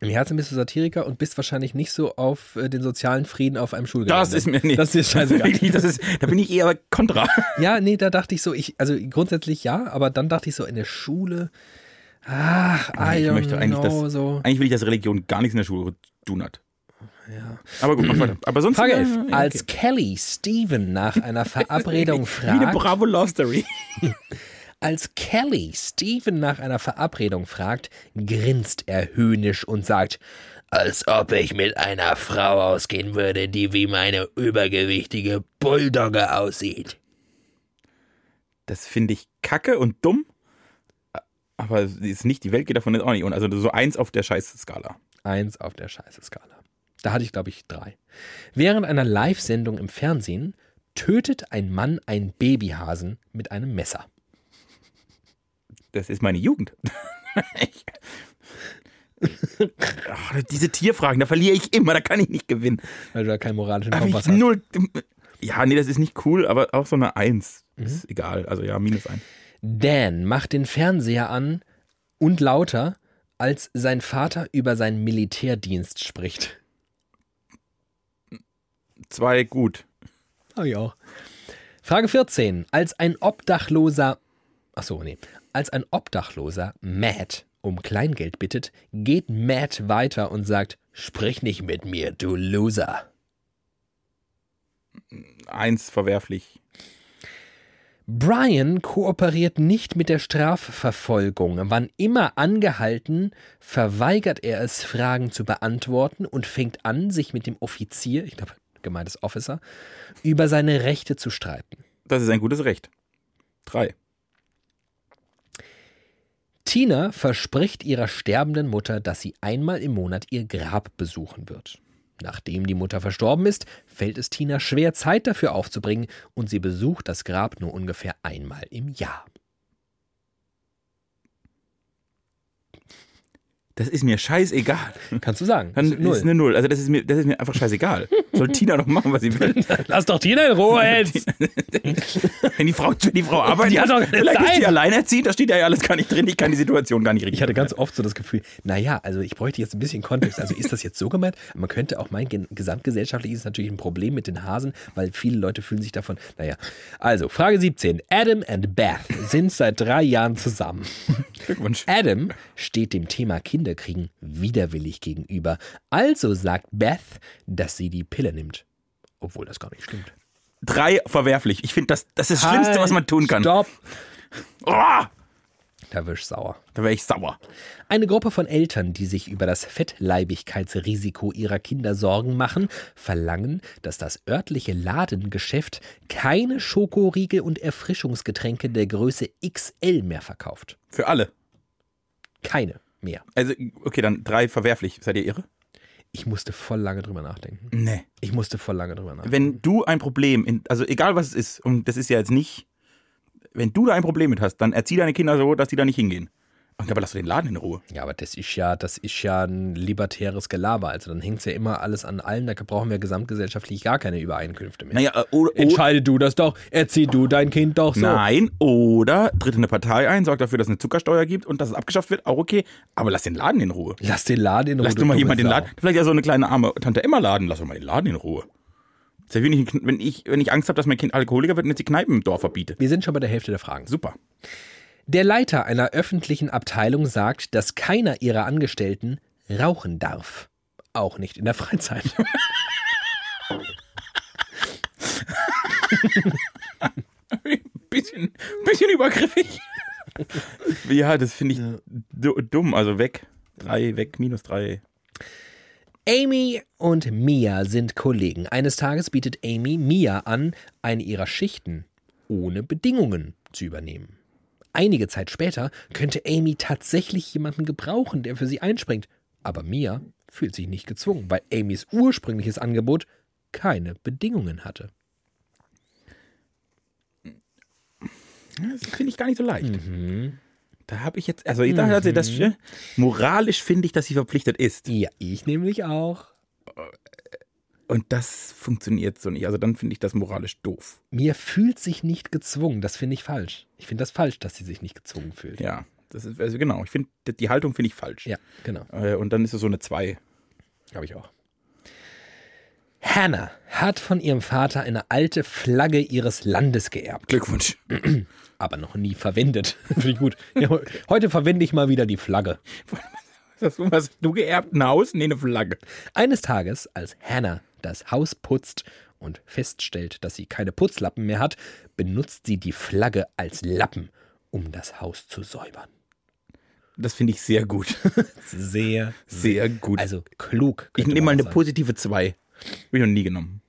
Im Herzen bist du Satiriker und bist wahrscheinlich nicht so auf äh, den sozialen Frieden auf einem Schulgelände. Das ist mir nicht. Das ist dir scheißegal. Wirklich, das ist, da bin ich eher kontra. ja, nee, da dachte ich so, ich, also grundsätzlich ja, aber dann dachte ich so, in der Schule, ach, I ich don't möchte eigentlich know, das- so. Eigentlich will ich, dass Religion gar nichts in der Schule zu tun hat. Ja. Aber gut, mach weiter. Aber sonst. Frage äh, 11. ja, Als okay. Kelly Steven nach einer Verabredung Wie eine fragt, Bravo Love Story. Als Kelly Steven nach einer Verabredung fragt, grinst er höhnisch und sagt, als ob ich mit einer Frau ausgehen würde, die wie meine übergewichtige Bulldogge aussieht. Das finde ich kacke und dumm. Aber es ist nicht, die Welt geht davon jetzt auch nicht. unter. also so eins auf der Scheißskala. Eins auf der Scheißeskala. Da hatte ich, glaube ich, drei. Während einer Live-Sendung im Fernsehen tötet ein Mann einen Babyhasen mit einem Messer. Das ist meine Jugend. Ich- Ach, Ah, diese Tierfragen, da verliere ich immer, da kann ich nicht gewinnen. Weil du da keinen moralischen Da bin ich Kompass hast. null. Ja, nee, das ist nicht cool, aber auch so eine Eins. Ist egal. Also ja, minus ein. Dan macht den Fernseher an und lauter, als sein Vater über seinen Militärdienst spricht. Zwei gut. Hab ich auch. Frage 14. Als ein Obdachloser. Achso, nee. Als ein Obdachloser Matt um Kleingeld bittet, geht Matt weiter und sagt: Sprich nicht mit mir, du Loser. Eins verwerflich. Brian kooperiert nicht mit der Strafverfolgung. Wann immer angehalten, verweigert er es, Fragen zu beantworten und fängt an, sich mit dem Offizier, ich glaube, gemeint ist Officer, über seine Rechte zu streiten. Das ist ein gutes Recht. Drei. Tina verspricht ihrer sterbenden Mutter, dass sie einmal im Monat ihr Grab besuchen wird. Nachdem die Mutter verstorben ist, fällt es Tina schwer, Zeit dafür aufzubringen und sie besucht das Grab nur ungefähr einmal im Jahr. Das ist mir scheißegal. Kannst du sagen? Dann Ist null. ist eine Null. Also das ist mir, das ist mir einfach scheißegal. Soll Tina doch machen, was sie will. Lass doch Tina in Ruhe jetzt! Wenn die Frau, wenn die Frau arbeitet, Die hat doch keine vielleicht ist Zeit. sie alleinerziehend, da steht ja alles gar nicht drin. Ich kann die Situation gar nicht richtig. Ich hatte ganz oft so das Gefühl, naja, also ich bräuchte jetzt ein bisschen Kontext. Also ist das jetzt so gemeint? Man könnte auch meinen, gen- gesamtgesellschaftlich ist es natürlich ein Problem mit den Hasen, weil viele Leute fühlen sich davon, naja. Also, Frage 17. Adam and Beth sind seit drei Jahren zusammen. Glückwunsch. Adam steht dem Thema Kinderkriegen widerwillig gegenüber. Also sagt Beth, dass sie die Pille nimmt. Obwohl das gar nicht stimmt. Drei verwerflich. Ich finde, das, das ist das Schlimmste, was man tun kann. Halt, Stopp! Oh, da Da wirst sauer. wäre ich sauer. Eine Gruppe von Eltern, die sich über das Fettleibigkeitsrisiko ihrer Kinder Sorgen machen, verlangen, dass das örtliche Ladengeschäft keine Schokoriegel und Erfrischungsgetränke der Größe XL mehr verkauft. Für alle. Keine mehr. Also, okay, dann drei verwerflich. Seid ihr irre? Ich musste voll lange drüber nachdenken. Nee. Ich musste voll lange drüber nachdenken. Wenn du ein Problem, in, also egal was es ist, und das ist ja jetzt nicht, wenn du da ein Problem mit hast, dann erzieh deine Kinder so, dass die da nicht hingehen. Und aber lass du den Laden in Ruhe. Ja, aber das ist ja, das ist ja ein libertäres Gelaber. Also dann hängt es ja immer alles an allen. Da brauchen wir gesamtgesellschaftlich gar keine Übereinkünfte mehr. Naja, äh, oder, oder, Entscheide du das doch, erzieh du dein Kind doch so. nein, oder tritt in eine Partei ein, sorgt dafür, dass es eine Zuckersteuer gibt und dass es abgeschafft wird, auch okay, aber lass den Laden in Ruhe. Lass den Laden in Ruhe. Lass doch du mal dumme jemand den Sau. Laden, vielleicht ja so eine kleine arme Tante Emma Laden, lass doch mal den Laden in Ruhe. Das ist ja wie wenn ich- wenn ich, wenn ich Angst habe, dass mein Kind Alkoholiker wird und jetzt die Kneipen im Dorf verbiete. Wir sind schon bei der Hälfte der Fragen. Super. Der Leiter einer öffentlichen Abteilung sagt, dass keiner ihrer Angestellten rauchen darf. Auch nicht in der Freizeit. bisschen, bisschen übergriffig. ja, das finde ich du- dumm. Also weg. Drei, weg, minus drei. Amy und Mia sind Kollegen. Eines Tages bietet Amy Mia an, eine ihrer Schichten ohne Bedingungen zu übernehmen. Einige Zeit später könnte Amy tatsächlich jemanden gebrauchen, der für sie einspringt. Aber Mia fühlt sich nicht gezwungen, weil Amys ursprüngliches Angebot keine Bedingungen hatte. Das finde ich gar nicht so leicht. Da habe ich jetzt, also ich dachte, also das, moralisch finde ich, dass sie verpflichtet ist. Ja, ich nämlich auch. Und das funktioniert so nicht. Also dann finde ich das moralisch doof. Mia fühlt sich nicht gezwungen. Das finde ich falsch. Ich finde das falsch, dass sie sich nicht gezwungen fühlt. Ja, Das ist, also genau, ich finde, die Haltung finde ich falsch. Ja, genau. Äh, Und dann ist es so eine 2. Habe ich auch. Hannah hat von ihrem Vater eine alte Flagge ihres Landes geerbt, Glückwunsch. aber noch nie verwendet. Finde ich gut. Ja, he- heute verwende ich mal wieder die Flagge. Das was du geerbt, ein Haus? Nee, eine Flagge. Eines Tages, als Hannah das Haus putzt und feststellt, dass sie keine Putzlappen mehr hat, benutzt sie die Flagge als Lappen, um das Haus zu säubern. Das finde ich sehr gut. Sehr, Sehr gut. also klug. ich könnte nehme mal man eine sagen. positive 2. Habe ich noch nie genommen.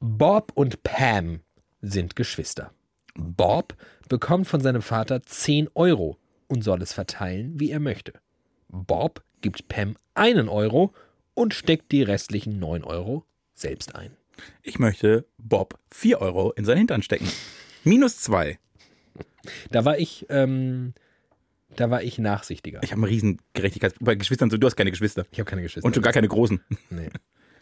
Bob und Pam sind Geschwister. Bob bekommt von seinem Vater 10 Euro und soll es verteilen, wie er möchte. Bob gibt Pam einen Euro und steckt die restlichen 9 Euro selbst ein. Ich möchte Bob 4 Euro in seinen Hintern stecken. Minus 2. Da war ich, ähm, da war ich nachsichtiger. Ich habe eine riesen Gerechtigkeit. Bei Geschwistern so, du hast keine Geschwister. Ich habe keine Geschwister. Und schon gar keine großen. Nee.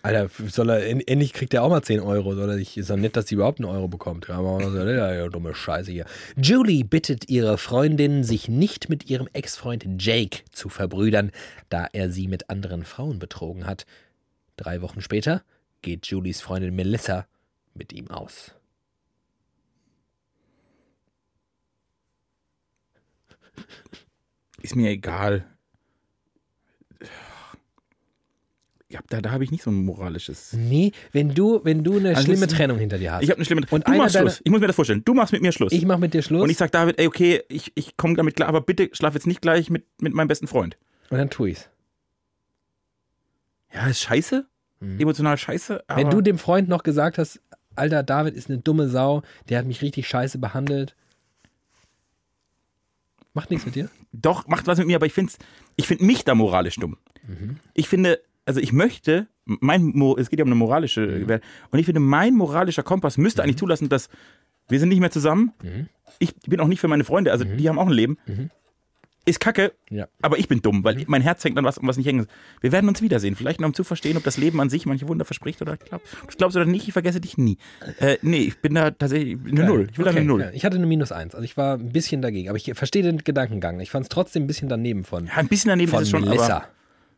Alter, soll er, en- endlich kriegt er auch mal 10 Euro. Soll er nicht, ist doch nett, dass sie überhaupt einen Euro bekommt. Ja, aber so, ja, ja, dumme Scheiße hier. Julie bittet ihre Freundin, sich nicht mit ihrem Ex-Freund Jake zu verbrüdern, da er sie mit anderen Frauen betrogen hat. Drei Wochen später geht Julies Freundin Melissa mit ihm aus. Ist mir egal. Ich hab, da da habe ich nicht so ein moralisches. Nee, wenn du, wenn du eine Also schlimme es- Trennung hinter dir hast. Ich habe eine schlimme. Und du einer machst deiner- Schluss. Ich muss mir das vorstellen. Du machst mit mir Schluss. ich mach mit dir Schluss und ich sag David, ey, okay, ich, ich komme damit klar, aber bitte schlaf jetzt nicht gleich mit, mit meinem besten Freund. und dann tu ich's. Ja, ist scheiße. Emotional scheiße. Aber Mhm. Wenn du dem Freund noch gesagt hast, Alter, David ist eine dumme Sau, der hat mich richtig scheiße behandelt. Macht nichts mit dir? doch, macht was mit mir, aber ich finde ich find mich da moralisch dumm. Ich finde, also ich möchte, mein Mo, es geht ja um eine moralische Mhm. Welt, und ich finde, mein moralischer Kompass müsste eigentlich zulassen, dass wir sind nicht mehr zusammen, Mhm. ich bin auch nicht für meine Freunde, also die haben auch ein Leben. Ist kacke, Ja. Mhm. aber ich bin dumm, weil mein Herz hängt an was, um was nicht hängen ist. Wir werden uns wiedersehen, vielleicht noch um zu verstehen, ob das Leben an sich manche Wunder verspricht oder glaubt. Du glaubst oder nicht, ich vergesse dich nie. Äh, nee, ich bin da tatsächlich eine Null. Ich will da Okay, eine Null. ja. Ich hatte eine Minus eins, also ich war ein bisschen dagegen, aber ich verstehe den Gedankengang. Ich fand es trotzdem ein bisschen daneben von. Ja, ein bisschen daneben von ist es schon, Melissa. aber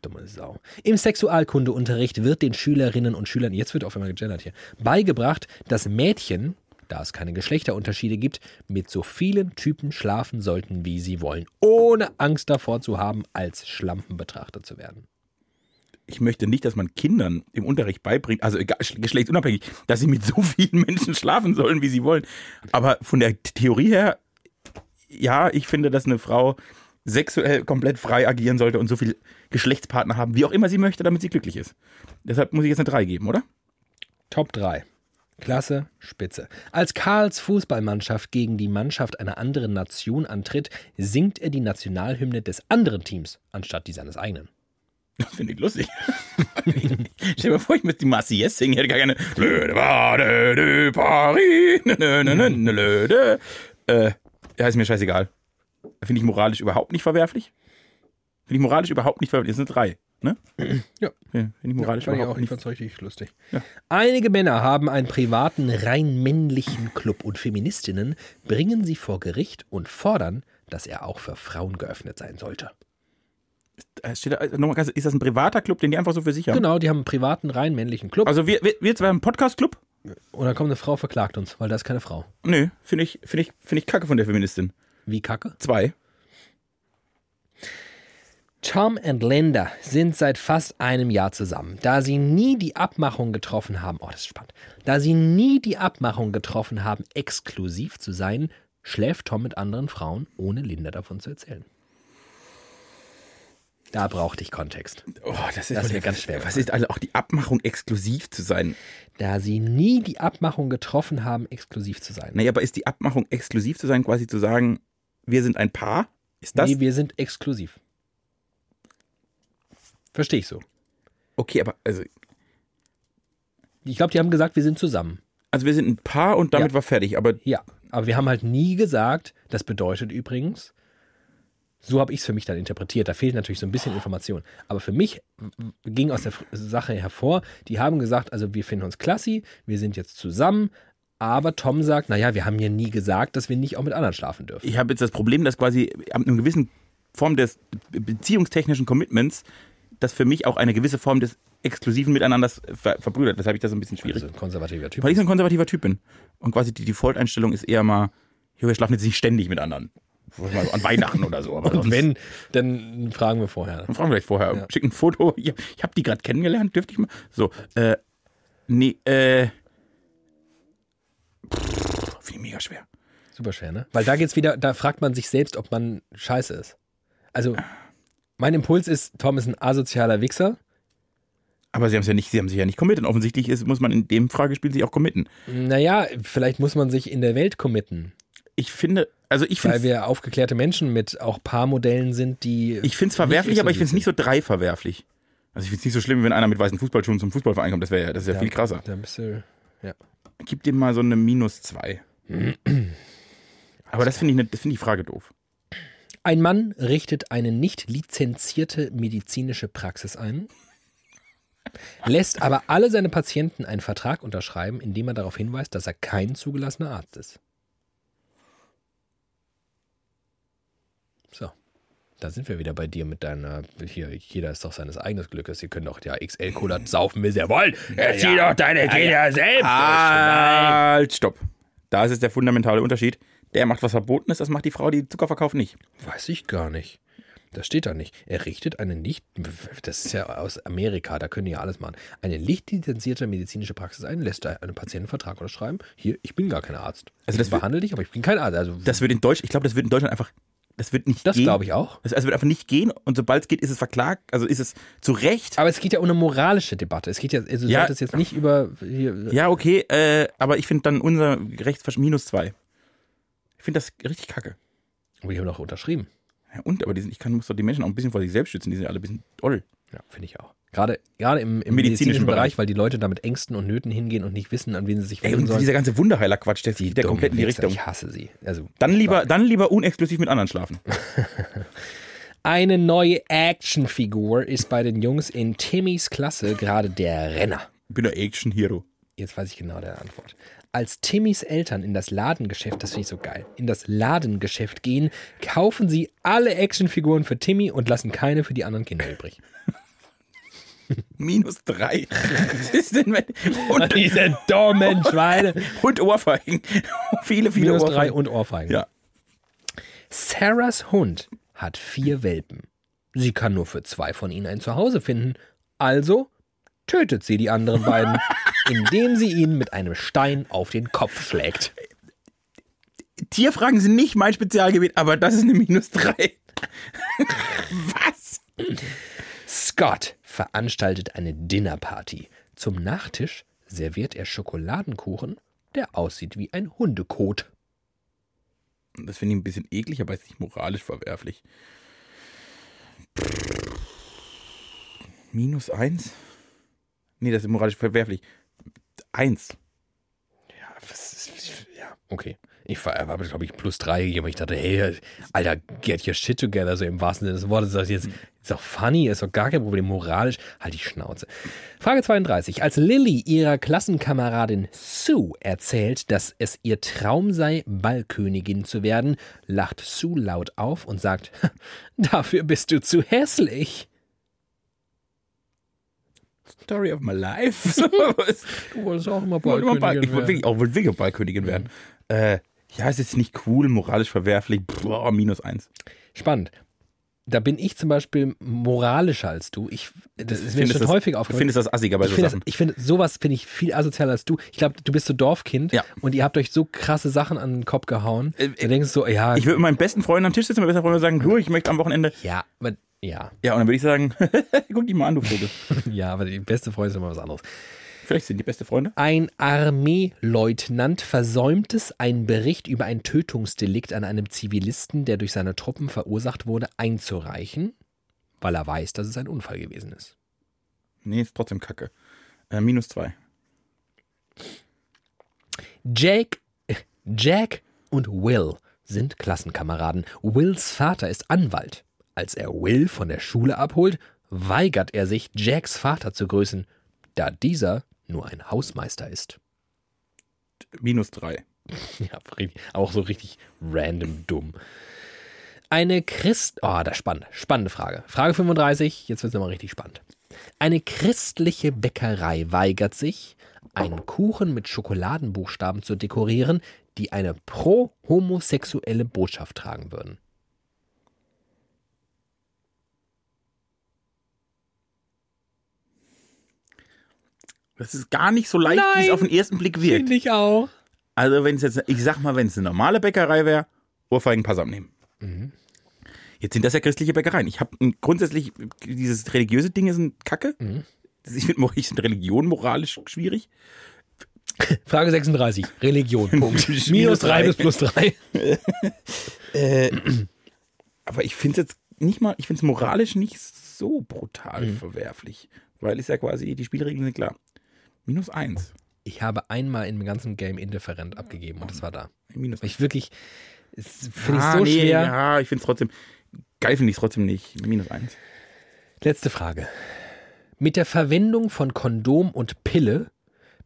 Dumme Sau. Im Sexualkundeunterricht wird den Schülerinnen und Schülern, jetzt wird auf einmal gegendert hier, beigebracht, dass Mädchen, da es keine Geschlechterunterschiede gibt, mit so vielen Typen schlafen sollten, wie sie wollen, ohne Angst davor zu haben, als Schlampen betrachtet zu werden. ich möchte nicht, dass man Kindern im Unterricht beibringt, also egal, sch- geschlechtsunabhängig, dass sie mit so vielen Menschen schlafen sollen, wie sie wollen. Aber von der T- Theorie her, ja, ich finde, dass eine Frau sexuell komplett frei agieren sollte und so viel Geschlechtspartner haben, wie auch immer sie möchte, damit sie glücklich ist. Deshalb muss ich jetzt eine 3 geben, oder? Top 3. Klasse, Spitze. Als Karls Fußballmannschaft gegen die Mannschaft einer anderen Nation antritt, singt er die Nationalhymne des anderen Teams anstatt die seines eigenen. Das finde ich lustig. Stell dir mal vor, ich müsste die Marseillaise singen, ich hätte gar keine Le de Bade de Paris. Ne, ne, ne, ne, ne, le de. Äh, ja, ist mir scheißegal. Finde ich moralisch überhaupt nicht verwerflich. Finde ich moralisch überhaupt nicht verwerflich. Das ist eine 3, ne? Ja. Finde ich moralisch Fand ich überhaupt auch, ich nicht. fand's richtig lustig. Ja. Einige Männer haben einen privaten, rein männlichen Club und Feministinnen bringen sie vor Gericht und fordern, dass er auch für Frauen geöffnet sein sollte. Äh, Steht da, also nochmal, ganz- ist das ein privater Club, den die einfach so für sich haben? Genau, die haben einen privaten, rein männlichen Club Also wir, wir, wir zwei haben einen Podcast-Club? und dann kommt eine Frau, verklagt uns, weil da ist keine Frau. Nö, finde ich, finde ich, finde ich kacke von der Feministin. Wie kacke? Zwei. Tom und Linda sind seit fast einem Jahr zusammen. Da sie nie die Abmachung getroffen haben, oh, das ist spannend. Da sie nie die Abmachung getroffen haben, exklusiv zu sein, schläft Tom mit anderen Frauen, ohne Linda davon zu erzählen. Da brauchte ich Kontext. Oh, das Das wohl wird der- ganz schwer. Was ist also auch die Abmachung, exklusiv zu sein? Da sie nie die Abmachung getroffen haben, exklusiv zu sein. Naja, aber ist die Abmachung exklusiv zu sein, quasi zu sagen, wir sind ein Paar? Ist das? nee, wir sind exklusiv. Verstehe ich so. okay, aber also, Ich glaube, die haben gesagt, wir sind zusammen. also wir sind ein Paar und damit Ja. war fertig. Aber Ja, aber wir haben halt nie gesagt, das bedeutet übrigens, so habe ich es für mich dann interpretiert. Da fehlt natürlich so ein bisschen Information. Aber für mich ging aus der F- Sache hervor, die haben gesagt, also wir finden uns klassi, wir sind jetzt zusammen, Aber Tom sagt, naja, wir haben ja nie gesagt, dass wir nicht auch mit anderen schlafen dürfen. Ich habe jetzt das Problem, dass quasi ab einer gewissen Form des beziehungstechnischen Commitments das für mich auch eine gewisse Form des exklusiven Miteinanders ver verbrüdert, weshalb ich das so ein bisschen schwierig Also ein konservativer Typ. Weil ich so ein konservativer Typ bin. Und quasi die Default-Einstellung ist eher mal, jo, wir schlafen jetzt nicht ständig mit anderen. Mal so an Weihnachten oder so. Aber Und sonst- wenn, dann fragen wir vorher. Dann fragen wir gleich vorher. Schick ein Foto. Ich, ich habe die gerade kennengelernt. Dürfte ich mal? So, äh, nee, äh. pff, Finde ich mega schwer. Super schwer, ne? Weil da geht's wieder, da fragt man sich selbst, ob man scheiße ist. Also, mein Impuls ist, Tom ist ein asozialer Wichser. Aber sie haben es ja nicht, sie haben sich ja nicht committed. Und offensichtlich ist, muss man in dem Fragespiel sich auch committen. Naja, vielleicht muss man sich in der Welt committen, Ich finde, also ich weil finde wir aufgeklärte Menschen mit auch Paarmodellen sind, die. ich finde es verwerflich, aber ich finde es nicht so drei verwerflich. Also ich finde es nicht so schlimm, wenn einer mit weißen Fußballschuhen zum Fußballverein kommt. Das wäre ja, das ist ja, viel krasser. Da bist du, ja. Gib dem mal so eine Minus zwei. aber das finde ich, ne, das finde ich die Frage doof. Ein Mann richtet eine nicht lizenzierte medizinische Praxis ein, lässt aber alle seine Patienten einen Vertrag unterschreiben, in dem er darauf hinweist, dass er kein zugelassener Arzt ist. So, da sind wir wieder bei dir mit deiner, hier, jeder ist doch seines eigenen Glückes, ihr könnt doch ja XL-Cola saufen, wie ihr wollt, erzieh doch deine Kinder selbst. Halt, stopp. Da ist jetzt der fundamentale Unterschied. Der macht was Verbotenes, das macht die Frau, die Zucker verkauft, nicht. Weiß ich gar nicht. Das steht da nicht. Er richtet eine nicht, das ist ja aus Amerika, da können die ja alles machen, eine nicht lizenzierte medizinische Praxis ein, lässt da einen Patientenvertrag unterschreiben. Hier, ich bin gar kein Arzt. Also Also das das behandle dich, aber ich bin kein Arzt. Also Das wird in Deutschland, ich glaube, das wird in Deutschland einfach, das wird nicht das gehen. glaube ich auch. Das also wird einfach nicht gehen und sobald es geht, ist es verklagt, also ist es zu Recht. Aber es geht ja um eine moralische Debatte. Es geht ja, also du Ja. solltest jetzt nicht über hier, Ja, okay, äh, aber ich finde dann unser Rechtsversch minus zwei. Ich finde das richtig kacke. aber die haben doch unterschrieben. Ja, und, aber die sind, ich kann, muss doch die Menschen auch ein bisschen vor sich selbst schützen, die sind ja alle ein bisschen doll. Ja, finde ich auch. Gerade, gerade im, im medizinischen, Bereich, weil die Leute da mit Ängsten und Nöten hingehen und nicht wissen, an wen sie sich Ey, wenden und sollen. dieser ganze Wunderheiler-Quatsch, der Die geht ja komplett in die dummen Wichser, Richtung. Ich hasse sie. Also Dann lieber, dann lieber unexklusiv mit anderen schlafen. Eine neue Actionfigur ist bei den Jungs in Timmys Klasse gerade der Renner. Ich bin der Action-Hero. Jetzt weiß ich genau der Antwort. Als Timmys Eltern in das Ladengeschäft, das finde ich so geil, in das Ladengeschäft gehen, kaufen sie alle Actionfiguren für Timmy und lassen keine für die anderen Kinder übrig. Minus drei. Was ist denn mit. Und, Diese dummen Schweine. und Ohrfeigen. viele, viele Minus drei Ohrfeigen. und Ohrfeigen. Ja. Sarahs Hund hat vier Welpen. Sie kann nur für zwei von ihnen ein Zuhause finden, also tötet sie die anderen beiden, indem sie ihnen mit einem Stein auf den Kopf schlägt. Tierfragen sind nicht mein Spezialgebiet, aber das ist eine Minus drei. Was? Scott veranstaltet eine Dinnerparty. Zum Nachtisch serviert er Schokoladenkuchen, der aussieht wie ein Hundekot. Das finde ich ein bisschen eklig, aber ist nicht moralisch verwerflich. Minus eins? Nee, das ist moralisch verwerflich. Eins. Ja, was ist, ja okay. Ich war, war glaube ich, plus drei gegeben. Ich dachte, hey, Alter, get your shit together, so im wahrsten Sinne des Wortes. Das ist, jetzt, ist doch funny, ist doch gar kein Problem. Moralisch, halt die Schnauze. Frage 32. Als Lilly ihrer Klassenkameradin Sue erzählt, dass es ihr Traum sei, Ballkönigin zu werden, lacht Sue laut auf und sagt, dafür bist du zu hässlich. Story of my life. So, was? Du wolltest auch immer Ich wollte immer Ball- ich wollte wirklich auch wollte wirklich Ballkönigin werden. Mhm. Äh, ja, es ist nicht cool, moralisch verwerflich. Boah, minus eins. Spannend. Da bin ich zum Beispiel moralischer als du. Ich, das ist mir findest schon das- häufig Du aufgefallen. findest das assi, aber ich so finde, das- Sachen. ich finde, sowas finde ich viel asozialer als du. Ich glaube, du bist so Dorfkind Ja. und ihr habt euch so krasse Sachen an den Kopf gehauen. Äh, du denkst so, ja, Ich würde mit meinem besten Freund am Tisch sitzen, mein bester Freund würde sagen, du, ich möchte am Wochenende. ja, aber, ja, Ja, und dann würde ich sagen, guck dich mal an, du Vogel. ja, aber die beste Freundin ist immer was anderes. Vielleicht sind die beste Freunde. Ein Armeeleutnant versäumt es, einen Bericht über ein Tötungsdelikt an einem Zivilisten, der durch seine Truppen verursacht wurde, einzureichen, weil er weiß, dass es ein Unfall gewesen ist. Nee, ist trotzdem kacke. Äh, minus zwei. Jake, äh, Jack und Will sind Klassenkameraden. Wills Vater ist Anwalt. Als er Will von der Schule abholt, weigert er sich, Jacks Vater zu grüßen, da dieser nur ein Hausmeister ist. Minus drei. Ja, richtig. Auch so richtig random dumm. Eine Christ. Oh, das ist spannend. Spannende Frage. Frage 35. Jetzt wird es nochmal richtig spannend. Eine christliche Bäckerei weigert sich, einen Kuchen mit Schokoladenbuchstaben zu dekorieren, die eine pro-homosexuelle Botschaft tragen würden. Das ist gar nicht so leicht, wie Nein. es auf den ersten Blick wirkt. ich auch. Also wenn es jetzt, ich sag mal, wenn es eine normale Bäckerei wäre, Ohrfeigen Passam nehmen. Mhm. Jetzt sind das ja christliche Bäckereien. Ich habe grundsätzlich, dieses religiöse Ding ist ein Kacke. Mhm. Ich finde ich find Religion moralisch schwierig. Frage 36. Religion. Punkt. Minus Minus 3 drei. bis plus 3. Äh. Aber ich finde es jetzt nicht mal, ich finde es moralisch nicht so brutal Mhm. verwerflich. Weil ist ja quasi, die Spielregeln sind klar. Minus eins. Ich habe einmal im ganzen Game indifferent abgegeben und das war da. Minus Ich wirklich, es finde ich Ah, so nee, schwer. Ja, ich finde es trotzdem, geil finde ich es trotzdem nicht. Minus eins. Letzte Frage. Mit der Verwendung von Kondom und Pille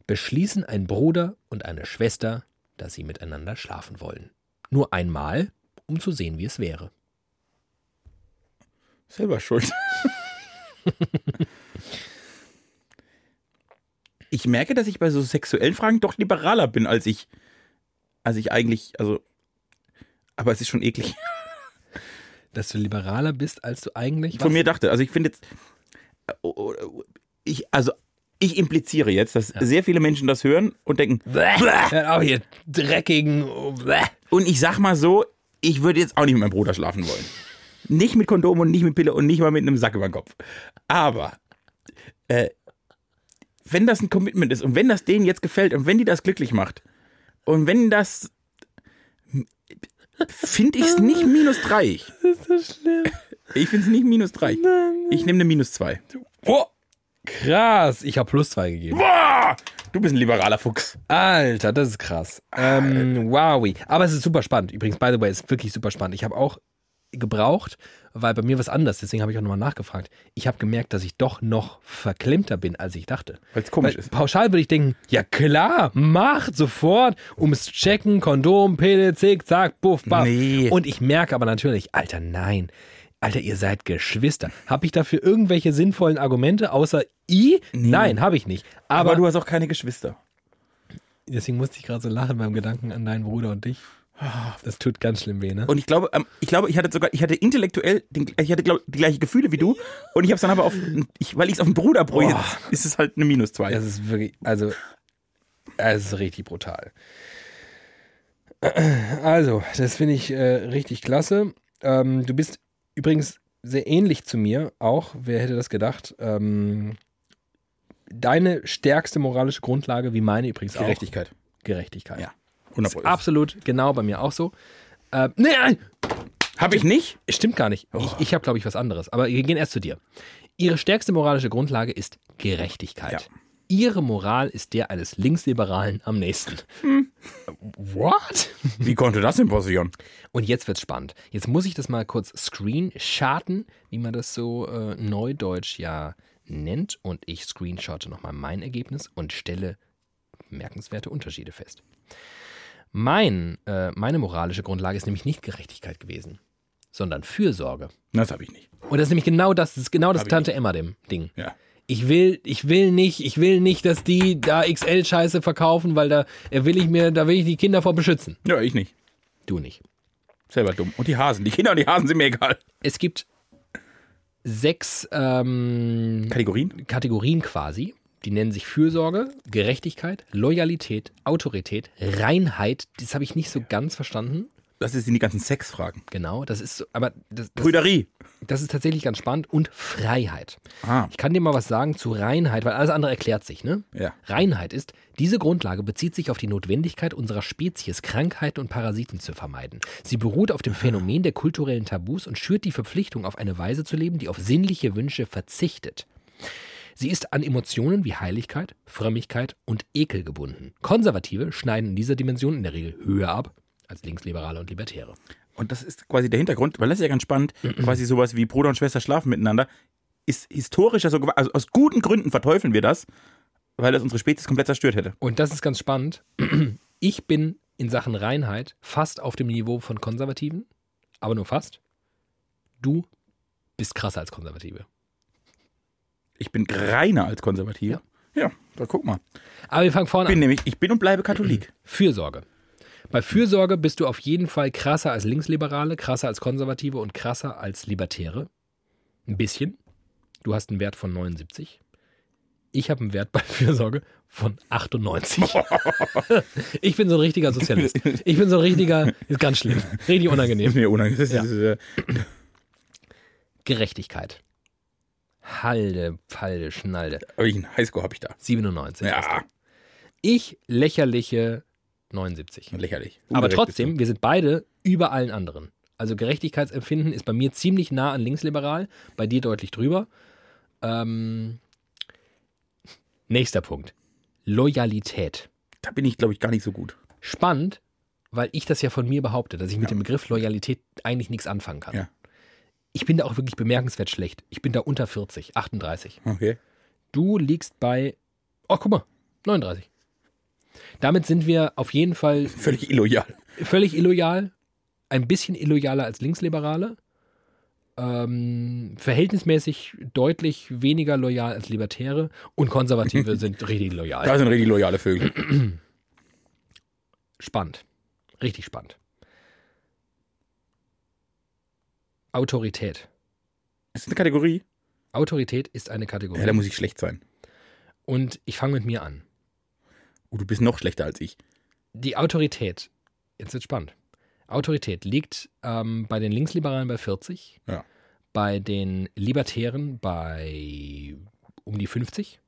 beschließen ein Bruder und eine Schwester, dass sie miteinander schlafen wollen. Nur einmal, um zu sehen, wie es wäre. Selber schuld. ich merke, dass ich bei so sexuellen Fragen doch liberaler bin, als ich, als ich eigentlich, also, aber es ist schon eklig. Dass du liberaler bist, als du eigentlich Von warst. mir dachte, also ich finde jetzt, oh, oh, oh, ich, also, ich impliziere jetzt, dass sehr viele Menschen das hören und denken, Bäh, hört auf hier dreckigen. oh, Bäh. und ich sag mal so, ich würde jetzt auch nicht mit meinem Bruder schlafen wollen. Nicht mit Kondom und nicht mit Pille und nicht mal mit einem Sack über den Kopf. Aber äh, wenn das ein Commitment ist und wenn das denen jetzt gefällt und wenn die das glücklich macht und wenn das finde ich es nicht minus drei. Das ist so schlimm. Ich finde es nicht minus drei. Ich nehme eine minus zwei. Oh, krass. Ich habe plus zwei gegeben. Boah, du bist ein liberaler Fuchs. Alter, das ist krass. Ähm, wowie. Aber es ist super spannend. Übrigens, by the way, es ist wirklich super spannend. Ich habe auch gebraucht, weil bei mir was anders, deswegen habe ich auch nochmal nachgefragt. Ich habe gemerkt, dass ich doch noch verklemmter bin, als ich dachte. Weil's komisch Weil ist. Pauschal würde ich denken, ja klar, macht sofort, ums Checken, Kondom, Pille, zick, zack, buff, baff. Nee. Und ich merke aber natürlich, Alter, nein. Alter, ihr seid Geschwister. Habe ich dafür irgendwelche sinnvollen Argumente außer I? Nein, habe ich nicht. Aber Aber, du hast auch keine Geschwister. Deswegen musste ich gerade so lachen beim Gedanken an deinen Bruder und dich. Das tut ganz schlimm weh, ne? Ah. Und ich glaube, ähm, ich glaube, ich hatte sogar, ich hatte intellektuell, den, ich hatte glaub, die gleichen Gefühle wie du. Und ich habe es dann aber auf, ich, weil ich es auf den Bruder projiziere, ist es halt eine Minus zwei. Das ist wirklich, also, es ist richtig brutal. Also, das finde ich äh, richtig klasse. Ähm, du bist übrigens sehr ähnlich zu mir auch. Wer hätte das gedacht? Ähm, deine stärkste moralische Grundlage, wie meine übrigens auch. Gerechtigkeit. Gerechtigkeit. Ja. Das ist Wunderbar. absolut genau bei mir auch so. Äh, nee, nein, Habe ich nicht? Stimmt gar nicht. Ich, ich habe, glaube ich, was anderes. Aber wir gehen erst zu dir. Ihre stärkste moralische Grundlage ist Gerechtigkeit. Ja. Ihre Moral ist der eines Linksliberalen am nächsten. What? Wie konnte das denn passieren? Und jetzt wird's spannend. Jetzt muss ich das mal kurz screenshotten, wie man das so äh, neudeutsch ja nennt. Und ich screenshotte nochmal mein Ergebnis und stelle merkenswerte Unterschiede fest. Mein, äh, meine moralische Grundlage ist nämlich nicht Gerechtigkeit gewesen, sondern Fürsorge. Das habe ich nicht. Und das ist nämlich genau das, das ist genau das Hab ich Tante Emma dem Ding. Ja. Ich will, ich will nicht, ich will nicht, dass die da XL Scheiße verkaufen, weil da äh, will ich mir, da will ich die Kinder vor beschützen. Ja, ich nicht. Du nicht. Selber dumm. Und die Hasen. Die Kinder und die Hasen sind mir egal. Es gibt sechs ähm, Kategorien? Kategorien quasi. Die nennen sich Fürsorge, Gerechtigkeit, Loyalität, Autorität, Reinheit. Das habe ich nicht so ganz verstanden. Das sind die ganzen Sexfragen. Genau, das ist, so- aber das, das, Brüderie. das ist tatsächlich ganz spannend. Und Freiheit. Ah. Ich kann dir mal was sagen zu Reinheit, weil alles andere erklärt sich, ne? Ja. Reinheit ist, diese Grundlage bezieht sich auf die Notwendigkeit unserer Spezies, Krankheiten und Parasiten zu vermeiden. Sie beruht auf dem Phänomen der kulturellen Tabus und schürt die Verpflichtung, auf eine Weise zu leben, die auf sinnliche Wünsche verzichtet. Sie ist an Emotionen wie Heiligkeit, Frömmigkeit und Ekel gebunden. Konservative schneiden in dieser Dimension in der Regel höher ab als Linksliberale und Libertäre. Und das ist quasi der Hintergrund, weil das ist ja ganz spannend, quasi sowas wie Bruder und Schwester schlafen miteinander, ist historisch ja so gewa- also aus guten Gründen verteufeln wir das, weil das unsere Spezies komplett zerstört hätte. Und das ist ganz spannend. Ich bin in Sachen Reinheit fast auf dem Niveau von Konservativen, aber nur fast. Du bist krasser als Konservative. Ich bin reiner als Konservativer. Ja, da guck mal. Aber wir fangen vorne Bin an. nämlich, ich bin und bleibe Mhm. Katholik. Fürsorge. Bei Fürsorge bist du auf jeden Fall krasser als Linksliberale, krasser als Konservative und krasser als Libertäre. Ein bisschen. Du hast einen Wert von 79. Ich habe einen Wert bei Fürsorge von 98. Ich bin so ein richtiger Sozialist. Ich bin so ein richtiger, ist ganz schlimm, richtig unangenehm. Ist mir unangenehm. Das ist, äh, Gerechtigkeit. Halde, Pfalde, Schnalde. aber ich einen Highscore habe ich da. 97. hast Ja, du. Ich lächerliche 79. lächerlich. Aber Ungerecht trotzdem, wir sind beide über allen anderen. Also Gerechtigkeitsempfinden ist bei mir ziemlich nah an linksliberal, bei dir deutlich drüber. Ähm, nächster Punkt. Loyalität. bist du. Da bin ich, glaube ich, gar nicht so gut. Spannend, weil ich das ja von mir behaupte, dass ich mit dem Begriff Loyalität eigentlich nichts anfangen kann. Ja. Ich bin da auch wirklich bemerkenswert schlecht. Ich bin da unter 40, 38. Okay. Du liegst bei. Oh, guck mal, 39. Damit sind wir auf jeden Fall Völlig illoyal. völlig illoyal, ein bisschen illoyaler als Linksliberale, ähm, verhältnismäßig deutlich weniger loyal als Libertäre und Konservative sind richtig loyal. Da sind richtig loyale Vögel. Spannend. Richtig spannend. Autorität. Ist das eine Kategorie? Autorität ist eine Kategorie. Ja, da muss ich schlecht sein. und ich fange mit mir an. Oh, du bist noch schlechter als ich. Die Autorität, jetzt wird spannend. Autorität liegt ähm, bei den Linksliberalen bei 40, Ja. bei den Libertären bei um die 50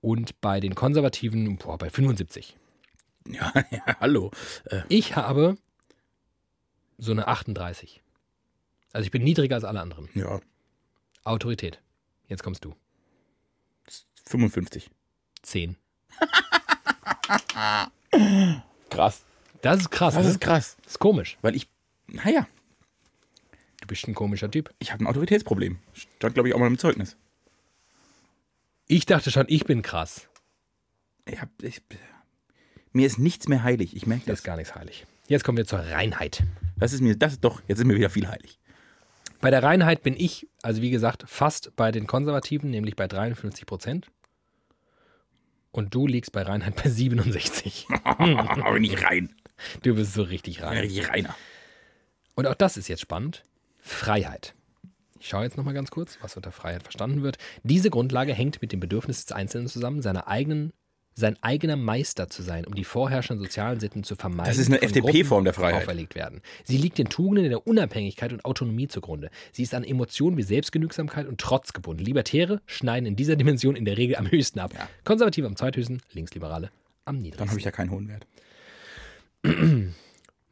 und bei den Konservativen boah, bei 75. Ja, ja hallo. Ich habe so eine 38. Also ich bin niedriger als alle anderen. Ja, Autorität. Jetzt kommst du. 55. 10. Krass. Das ist krass. Das ne? ist krass. ist komisch. Weil ich, naja, Du bist ein komischer Typ. ich habe ein Autoritätsproblem. Stand, glaube ich, auch mal im Zeugnis. Ich dachte schon, ich bin krass. Ich hab, ich, mir ist nichts mehr heilig. Ich merke Mir das. ist gar nichts heilig. Jetzt kommen wir zur Reinheit. Das ist mir, das ist doch, jetzt ist mir wieder viel heilig. Bei der Reinheit bin ich, also wie gesagt, fast bei den Konservativen, nämlich bei 53 Prozent. Und du liegst bei Reinheit bei 67. Aber bin ich rein. Du bist so richtig Bin rein. richtig reiner. Und auch das ist jetzt spannend. Freiheit. Ich schaue jetzt nochmal ganz kurz, was unter Freiheit verstanden wird. Diese Grundlage hängt mit dem Bedürfnis des Einzelnen zusammen, seiner eigenen, sein eigener Meister zu sein, um die vorherrschenden sozialen Sitten zu vermeiden. Das ist eine die von FDP-Form der Gruppen Freiheit. Auferlegt werden. Sie liegt den Tugenden der Unabhängigkeit und Autonomie zugrunde. Sie ist an Emotionen wie Selbstgenügsamkeit und Trotz gebunden. Libertäre schneiden in dieser Dimension in der Regel am höchsten ab. Konservative am zweithöchsten, Linksliberale am niedrigsten. Dann habe ich ja keinen hohen Wert.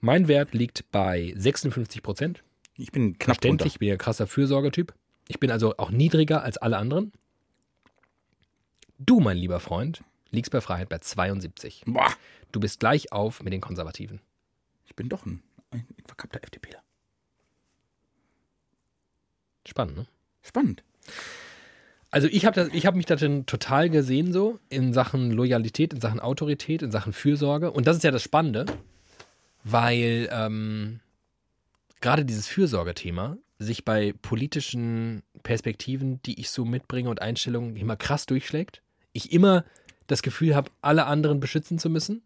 mein Wert liegt bei 56 Prozent. Ich bin knapp drunter. Verständlich, ich bin ja ein krasser Fürsorgetyp. Ich bin also auch niedriger als alle anderen. Du, mein lieber Freund, liegst bei Freiheit bei 72. Boah, Du bist gleich auf mit den Konservativen. ich bin doch ein, ein verkappter FDPler. Spannend, ne? Spannend. Also ich habe hab mich da drin total gesehen so in Sachen Loyalität, in Sachen Autorität, in Sachen Fürsorge. Und das ist ja das Spannende, weil ähm, gerade dieses Fürsorgethema sich bei politischen Perspektiven, die ich so mitbringe und Einstellungen immer krass durchschlägt. Ich immer das Gefühl habe, alle anderen beschützen zu müssen,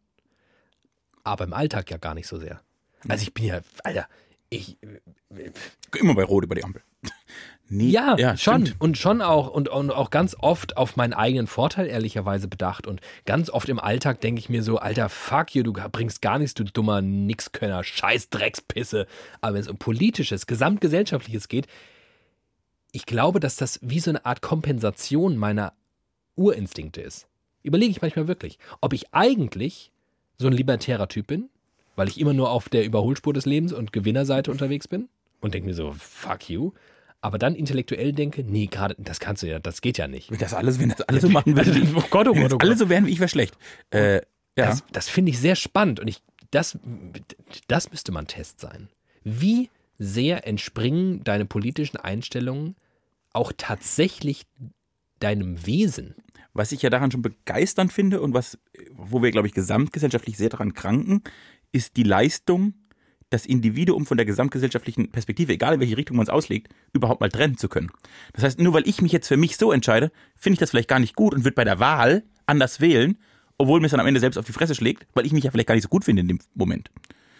aber im Alltag ja gar nicht so sehr. Also ich bin ja, Alter, ich, Immer bei Rot über die Ampel. Nee, ja, schon. stimmt. Und schon auch und, und auch ganz oft auf meinen eigenen Vorteil ehrlicherweise bedacht. Und ganz oft im Alltag denke ich mir so, alter Fuck you, du bringst gar nichts, du dummer Nixkönner, scheiß Dreckspisse. Aber wenn es um politisches, gesamtgesellschaftliches geht, ich glaube, dass das wie so eine Art Kompensation meiner Urinstinkte ist. Überlege ich manchmal wirklich, ob ich eigentlich so ein libertärer Typ bin, weil ich immer nur auf der Überholspur des Lebens und Gewinnerseite unterwegs bin und denke mir so, fuck you. Aber dann intellektuell denke, nee, gerade, das kannst du ja, das geht ja nicht. Wenn das alles, wenn das alles so machen würde, Also, oh Gott, oh wenn Gott, das oh alle Gott. so wären wie ich, wäre schlecht. Äh, ja. Das, das finde ich sehr spannend und ich, das, das müsste mal ein Test sein. Wie sehr entspringen deine politischen Einstellungen auch tatsächlich deinem Wesen? Was ich ja daran schon begeisternd finde und was, wo wir, glaube ich, gesamtgesellschaftlich sehr daran kranken, ist die Leistung, das Individuum von der gesamtgesellschaftlichen Perspektive, egal in welche Richtung man es auslegt, überhaupt mal trennen zu können. Das heißt, nur weil ich mich jetzt für mich so entscheide, finde ich das vielleicht gar nicht gut und würde bei der Wahl anders wählen, obwohl mir es dann am Ende selbst auf die Fresse schlägt, weil ich mich ja vielleicht gar nicht so gut finde in dem Moment.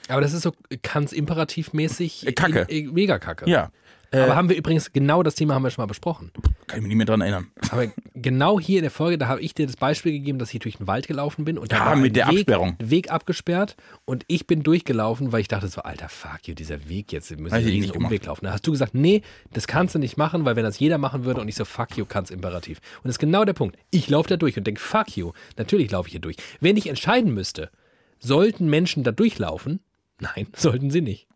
Aber das ist so Kants imperativmäßig Äh, Kacke. in- äh, mega Kacke. Ja, äh. Aber haben wir übrigens genau das Thema haben wir schon mal besprochen. kann ich mich nicht mehr dran erinnern. Aber genau hier in der Folge, da habe ich dir das Beispiel gegeben, dass ich durch den Wald gelaufen bin und da Ja, war mit ein der Weg, Absperrung. ein Weg abgesperrt und ich bin durchgelaufen, weil ich dachte so, alter Fuck you, dieser Weg jetzt, wir müssen Hätte ich diesen nicht gemacht. Umweg laufen. Da hast du gesagt, nee, das kannst du nicht machen, weil wenn das jeder machen würde und ich so, fuck you, kann's imperativ. Und das ist genau der Punkt. Ich laufe da durch und denke, fuck you, natürlich laufe ich hier durch. Wenn ich entscheiden müsste, sollten Menschen da durchlaufen? Nein, sollten sie nicht.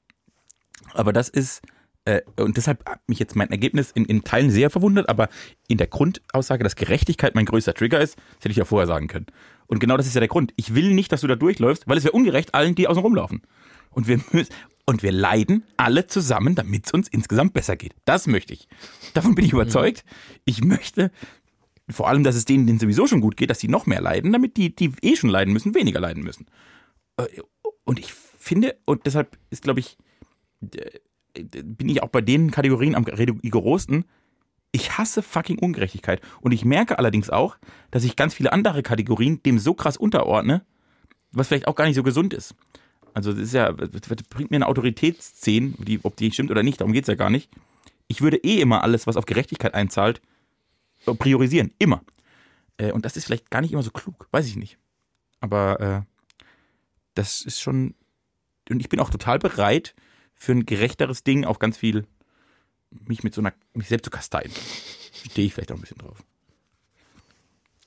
Aber das ist, äh, und deshalb hat mich jetzt mein Ergebnis in, in Teilen sehr verwundert, aber in der Grundaussage, dass Gerechtigkeit mein größter Trigger ist, das hätte ich ja vorher sagen können. Und genau das ist ja der Grund. Ich will nicht, dass du da durchläufst, weil es wäre ungerecht allen, die außen rumlaufen. Und wir müssen, und wir leiden alle zusammen, damit es uns insgesamt besser geht. Das möchte ich. Davon bin ich überzeugt. Ich möchte vor allem, dass es denen, denen sowieso schon gut geht, dass sie noch mehr leiden, damit die, die eh schon leiden müssen, weniger leiden müssen. Äh, Und ich finde, und deshalb ist, glaube ich, bin ich auch bei den Kategorien am rigorosten. Ich hasse fucking Ungerechtigkeit. Und ich merke allerdings auch, dass ich ganz viele andere Kategorien dem so krass unterordne, was vielleicht auch gar nicht so gesund ist. Also das ist ja, das bringt mir eine Autoritätsszene, die, ob die stimmt oder nicht, darum geht's ja gar nicht. Ich würde eh immer alles, was auf Gerechtigkeit einzahlt, priorisieren. Immer. Äh, Und das ist vielleicht gar nicht immer so klug, weiß ich nicht. Aber äh, das ist schon. Und ich bin auch total bereit, für ein gerechteres Ding auch ganz viel mich mit so einer, mich selbst zu kasteien. Stehe ich vielleicht auch ein bisschen drauf.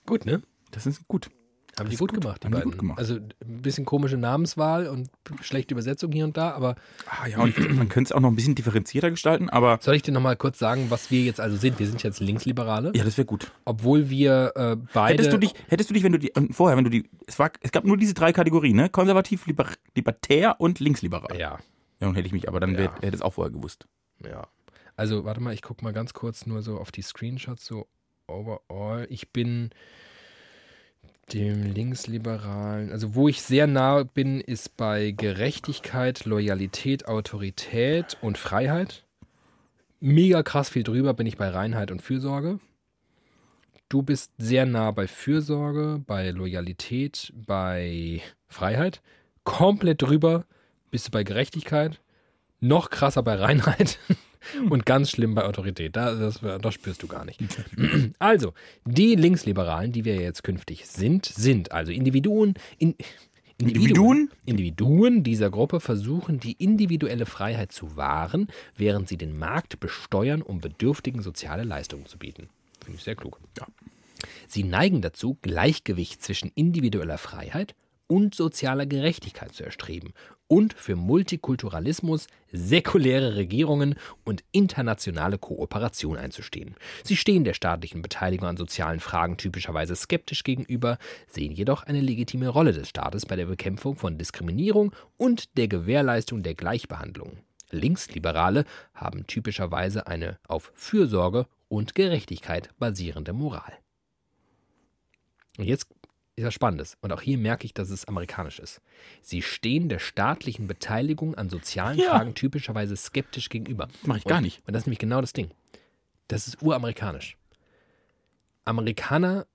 Gut, ne? Das ist gut. Haben die Alles gut, gut, gemacht, die haben die beiden. gut gemacht. Also ein bisschen komische Namenswahl und schlechte Übersetzung hier und da, aber Ah ja, und man könnte es auch noch ein bisschen differenzierter gestalten, aber soll ich dir nochmal kurz sagen, was wir jetzt also sind? Wir sind jetzt Linksliberale, ja, das wäre gut. obwohl wir äh, beide. Hättest du dich, hättest du dich, wenn du die, und vorher, wenn du die, es, war, es gab nur diese drei Kategorien, ne? Konservativ, liber, libertär und linksliberal. Ja, Ja, und hätte ich mich, aber dann wär, Ja. hätte es auch vorher gewusst. ja. Also warte mal, ich gucke mal ganz kurz nur so auf die Screenshots, so overall. Ich bin dem Linksliberalen, also wo ich sehr nah bin, ist bei Gerechtigkeit, Loyalität, Autorität und Freiheit. Mega krass viel drüber bin ich bei Reinheit und Fürsorge. Du bist sehr nah bei Fürsorge, bei Loyalität, bei Freiheit. Komplett drüber bist du bei Gerechtigkeit. Noch krasser bei Reinheit. Und ganz schlimm bei Autorität. Da, das, das spürst du gar nicht. Also, die Linksliberalen, die wir jetzt künftig sind, sind also Individuen, in, Individuen? Individuen dieser Gruppe versuchen, die individuelle Freiheit zu wahren, während sie den Markt besteuern, um Bedürftigen soziale Leistungen zu bieten. Finde ich sehr klug. Sie neigen dazu, Gleichgewicht zwischen individueller Freiheit und sozialer Gerechtigkeit zu erstreben und für Multikulturalismus, säkuläre Regierungen und internationale Kooperation einzustehen. Sie stehen der staatlichen Beteiligung an sozialen Fragen typischerweise skeptisch gegenüber, sehen jedoch eine legitime Rolle des Staates bei der Bekämpfung von Diskriminierung und der Gewährleistung der Gleichbehandlung. Linksliberale haben typischerweise eine auf Fürsorge und Gerechtigkeit basierende Moral. Und jetzt ist was Spannendes. Und auch hier merke ich, dass es amerikanisch ist. Sie stehen der staatlichen Beteiligung an sozialen Ja. Fragen typischerweise skeptisch gegenüber. Mach ich gar und, nicht. Und das ist nämlich genau das Ding. Das ist uramerikanisch. Amerikaner,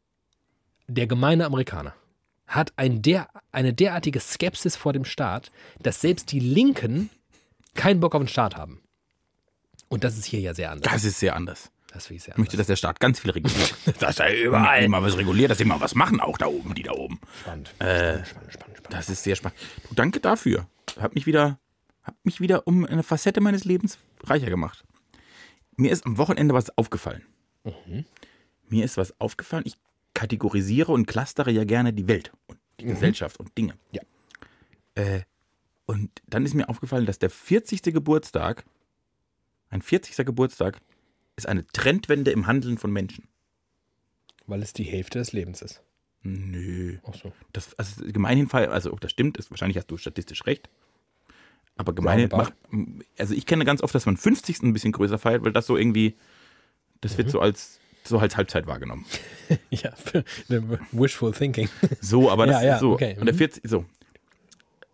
der gemeine Amerikaner, hat ein der, eine derartige Skepsis vor dem Staat, dass selbst die Linken keinen Bock auf den Staat haben. Und das ist hier ja sehr anders. Das ist sehr anders. Das finde ich sehr Ich möchte, anders. dass der Staat ganz viel reguliert. Das ist ja Die mal was reguliert, dass sie mal was machen, auch da oben, die da oben. Äh, Spannend. spannend, spannend, spannend. Das ist sehr spannend. Du, danke dafür. Hat mich wieder, hat mich wieder um eine Facette meines Lebens reicher gemacht. Mir ist am Wochenende was aufgefallen. Mhm. Mir ist was aufgefallen. Ich kategorisiere und clustere ja gerne die Welt und die Gesellschaft und Dinge. Mhm. Ja. Äh, und dann ist mir aufgefallen, dass der 40. Geburtstag, ein 40. Geburtstag, ist eine Trendwende im Handeln von Menschen. Weil es die Hälfte des Lebens ist. Nö. Ach so. Das, also gemeinhin, fall- also ob das stimmt, ist wahrscheinlich hast du statistisch recht. Aber gemeinhin, Sauber. mach- Mhm. also ich kenne ganz oft, dass man 50. ein bisschen größer feiert, weil das so irgendwie, das wird so als so als Halbzeit wahrgenommen. Ja, wishful thinking. So, aber das Ja, ja, ist so. okay, Und der mhm. 40, so.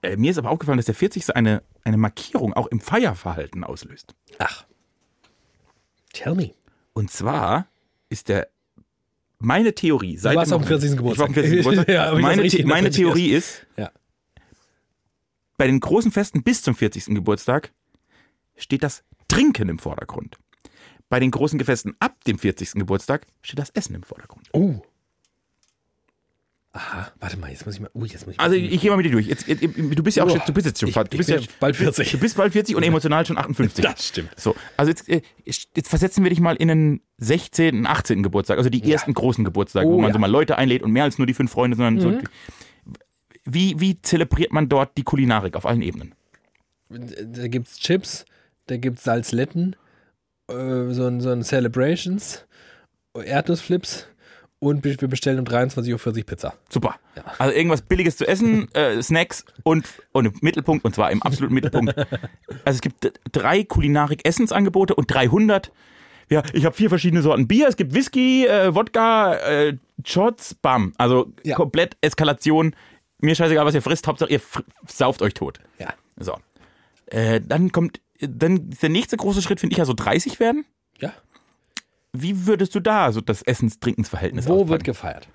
Äh, mir ist aber aufgefallen, dass der 40. eine, eine Markierung auch im Feierverhalten auslöst. Ach. Tell me. Und zwar ist der meine Theorie seit warst dem auf dem 40. Wochenende- Ich war auf dem Geburtstag. 40. Geburtstag. Ja, hab ich das meine, richtig The meine interpretiert? Theorie ist, Ja. bei den großen Festen bis zum 40. Geburtstag steht das Trinken im Vordergrund. Bei den großen Festen ab dem 40. Geburtstag steht das Essen im Vordergrund. Oh. Aha, warte mal, jetzt muss ich mal. Ui, jetzt muss ich mal. Also ich gehe mal mit dir durch. Jetzt, jetzt, du bist ja auch Uah. schon, du bist jetzt schon Ich- fast, du ich bist bin ja, bald 40. Du bist bald 40 und emotional schon 58. Das stimmt. So, also jetzt, äh, jetzt versetzen wir dich mal in den 16., 18. Geburtstag, also die ersten großen Geburtstage, wo Oh, man ja. Mhm. so mal Leute einlädt und mehr als nur die fünf Freunde, sondern so. Wie, wie zelebriert man dort die Kulinarik auf allen Ebenen? da gibt's Chips, da gibt's Salzletten, äh, so ein, so ein Celebrations, Erdnussflips und be- wir bestellen um 23.40 Uhr Pizza. Super. Also irgendwas Billiges zu essen, äh, Snacks und, und im Mittelpunkt, und zwar im absoluten Mittelpunkt. Also es gibt d- drei Kulinarik-Essensangebote und 300. Ja, ich habe vier verschiedene Sorten Bier. Es gibt Whisky, äh, Wodka, äh, Shots, bam. Also Ja. komplett Eskalation. Mir scheißegal, was ihr frisst. Hauptsache, ihr fr- sauft euch tot. Ja. So. Äh, dann kommt, dann ist der nächste große Schritt, finde ich, ja so 30 werden. Ja. Wie würdest du da so das Essens-Trinkens-Verhältnis Wo auffangen? wird gefeiert?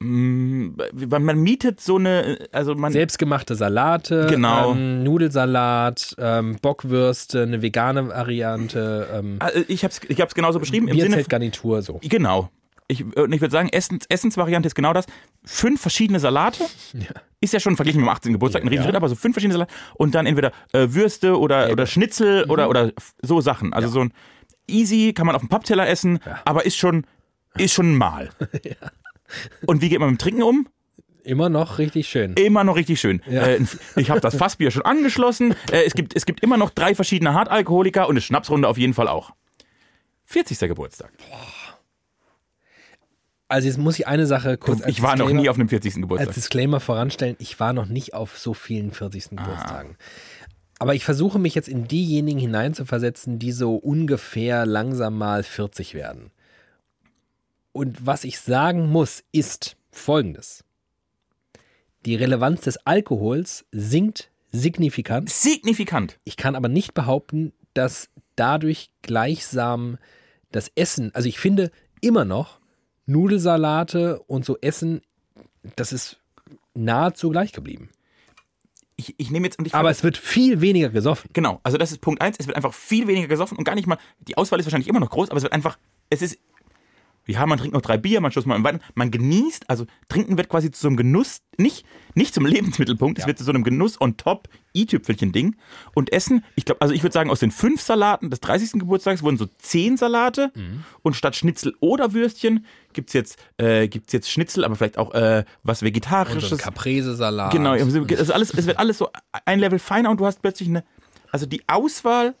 Weil man mietet so eine, also man Selbstgemachte Salate, Genau. ähm, Nudelsalat, ähm, Bockwürste, eine vegane Variante, ähm, Ah, äh, Ich habe es ich hab's genauso beschrieben. Im Sinne, Bierzeltgarnitur, so. genau. Ich, und ich würde sagen, Essens, Essensvariante ist genau das. Fünf verschiedene Salate. Ist ja schon verglichen mit dem 18. Geburtstag ein Riesenschritt, aber so fünf verschiedene Salate. Und dann entweder äh, Würste oder, oder Schnitzel oder, oder f- so Sachen. Also so ein easy, kann man auf dem Pappteller essen, aber ist schon, ist schon ein Mal. Und wie geht man mit dem Trinken um? Immer noch richtig schön. immer noch richtig schön. Äh, ich habe das Fassbier schon angeschlossen. Äh, es, gibt, es gibt immer noch drei verschiedene Hartalkoholiker und eine Schnapsrunde auf jeden Fall auch. 40. Geburtstag. Also jetzt muss ich eine Sache kurz als ich war noch Disclaimer- nie auf einem 40. als Geburtstag. Disclaimer voranstellen, ich war noch nicht auf so vielen 40. Geburtstagen. Aber ich versuche mich jetzt in diejenigen hineinzuversetzen, die so ungefähr langsam mal 40 werden. Und was ich sagen muss, ist folgendes. Die Relevanz des Alkohols sinkt signifikant. Signifikant. Ich kann aber nicht behaupten, dass dadurch gleichsam das Essen, also ich finde immer noch Nudelsalate und so Essen, das ist nahezu gleich geblieben. Ich, ich nehme jetzt und ich. Aber es wird viel weniger gesoffen. genau, also das ist Punkt 1. Es wird einfach viel weniger gesoffen und gar nicht mal. Die Auswahl ist wahrscheinlich immer noch groß, aber es wird einfach. Es ist. Ja, man trinkt noch drei Bier, man schuss mal im Wein, man genießt, also trinken wird quasi zu so einem Genuss, nicht, nicht zum Lebensmittelpunkt, es wird zu so einem Genuss on top, i-Tüpfelchen-Ding. Und Essen, ich glaube, also ich würde sagen, aus den fünf Salaten des 30. Geburtstags wurden so zehn Salate und statt Schnitzel oder Würstchen gibt es jetzt, äh, gibt's jetzt Schnitzel, aber vielleicht auch äh, was Vegetarisches. Caprese-Salat. Genau, also alles, es wird alles so ein Level feiner und du hast plötzlich eine. Also die Auswahl,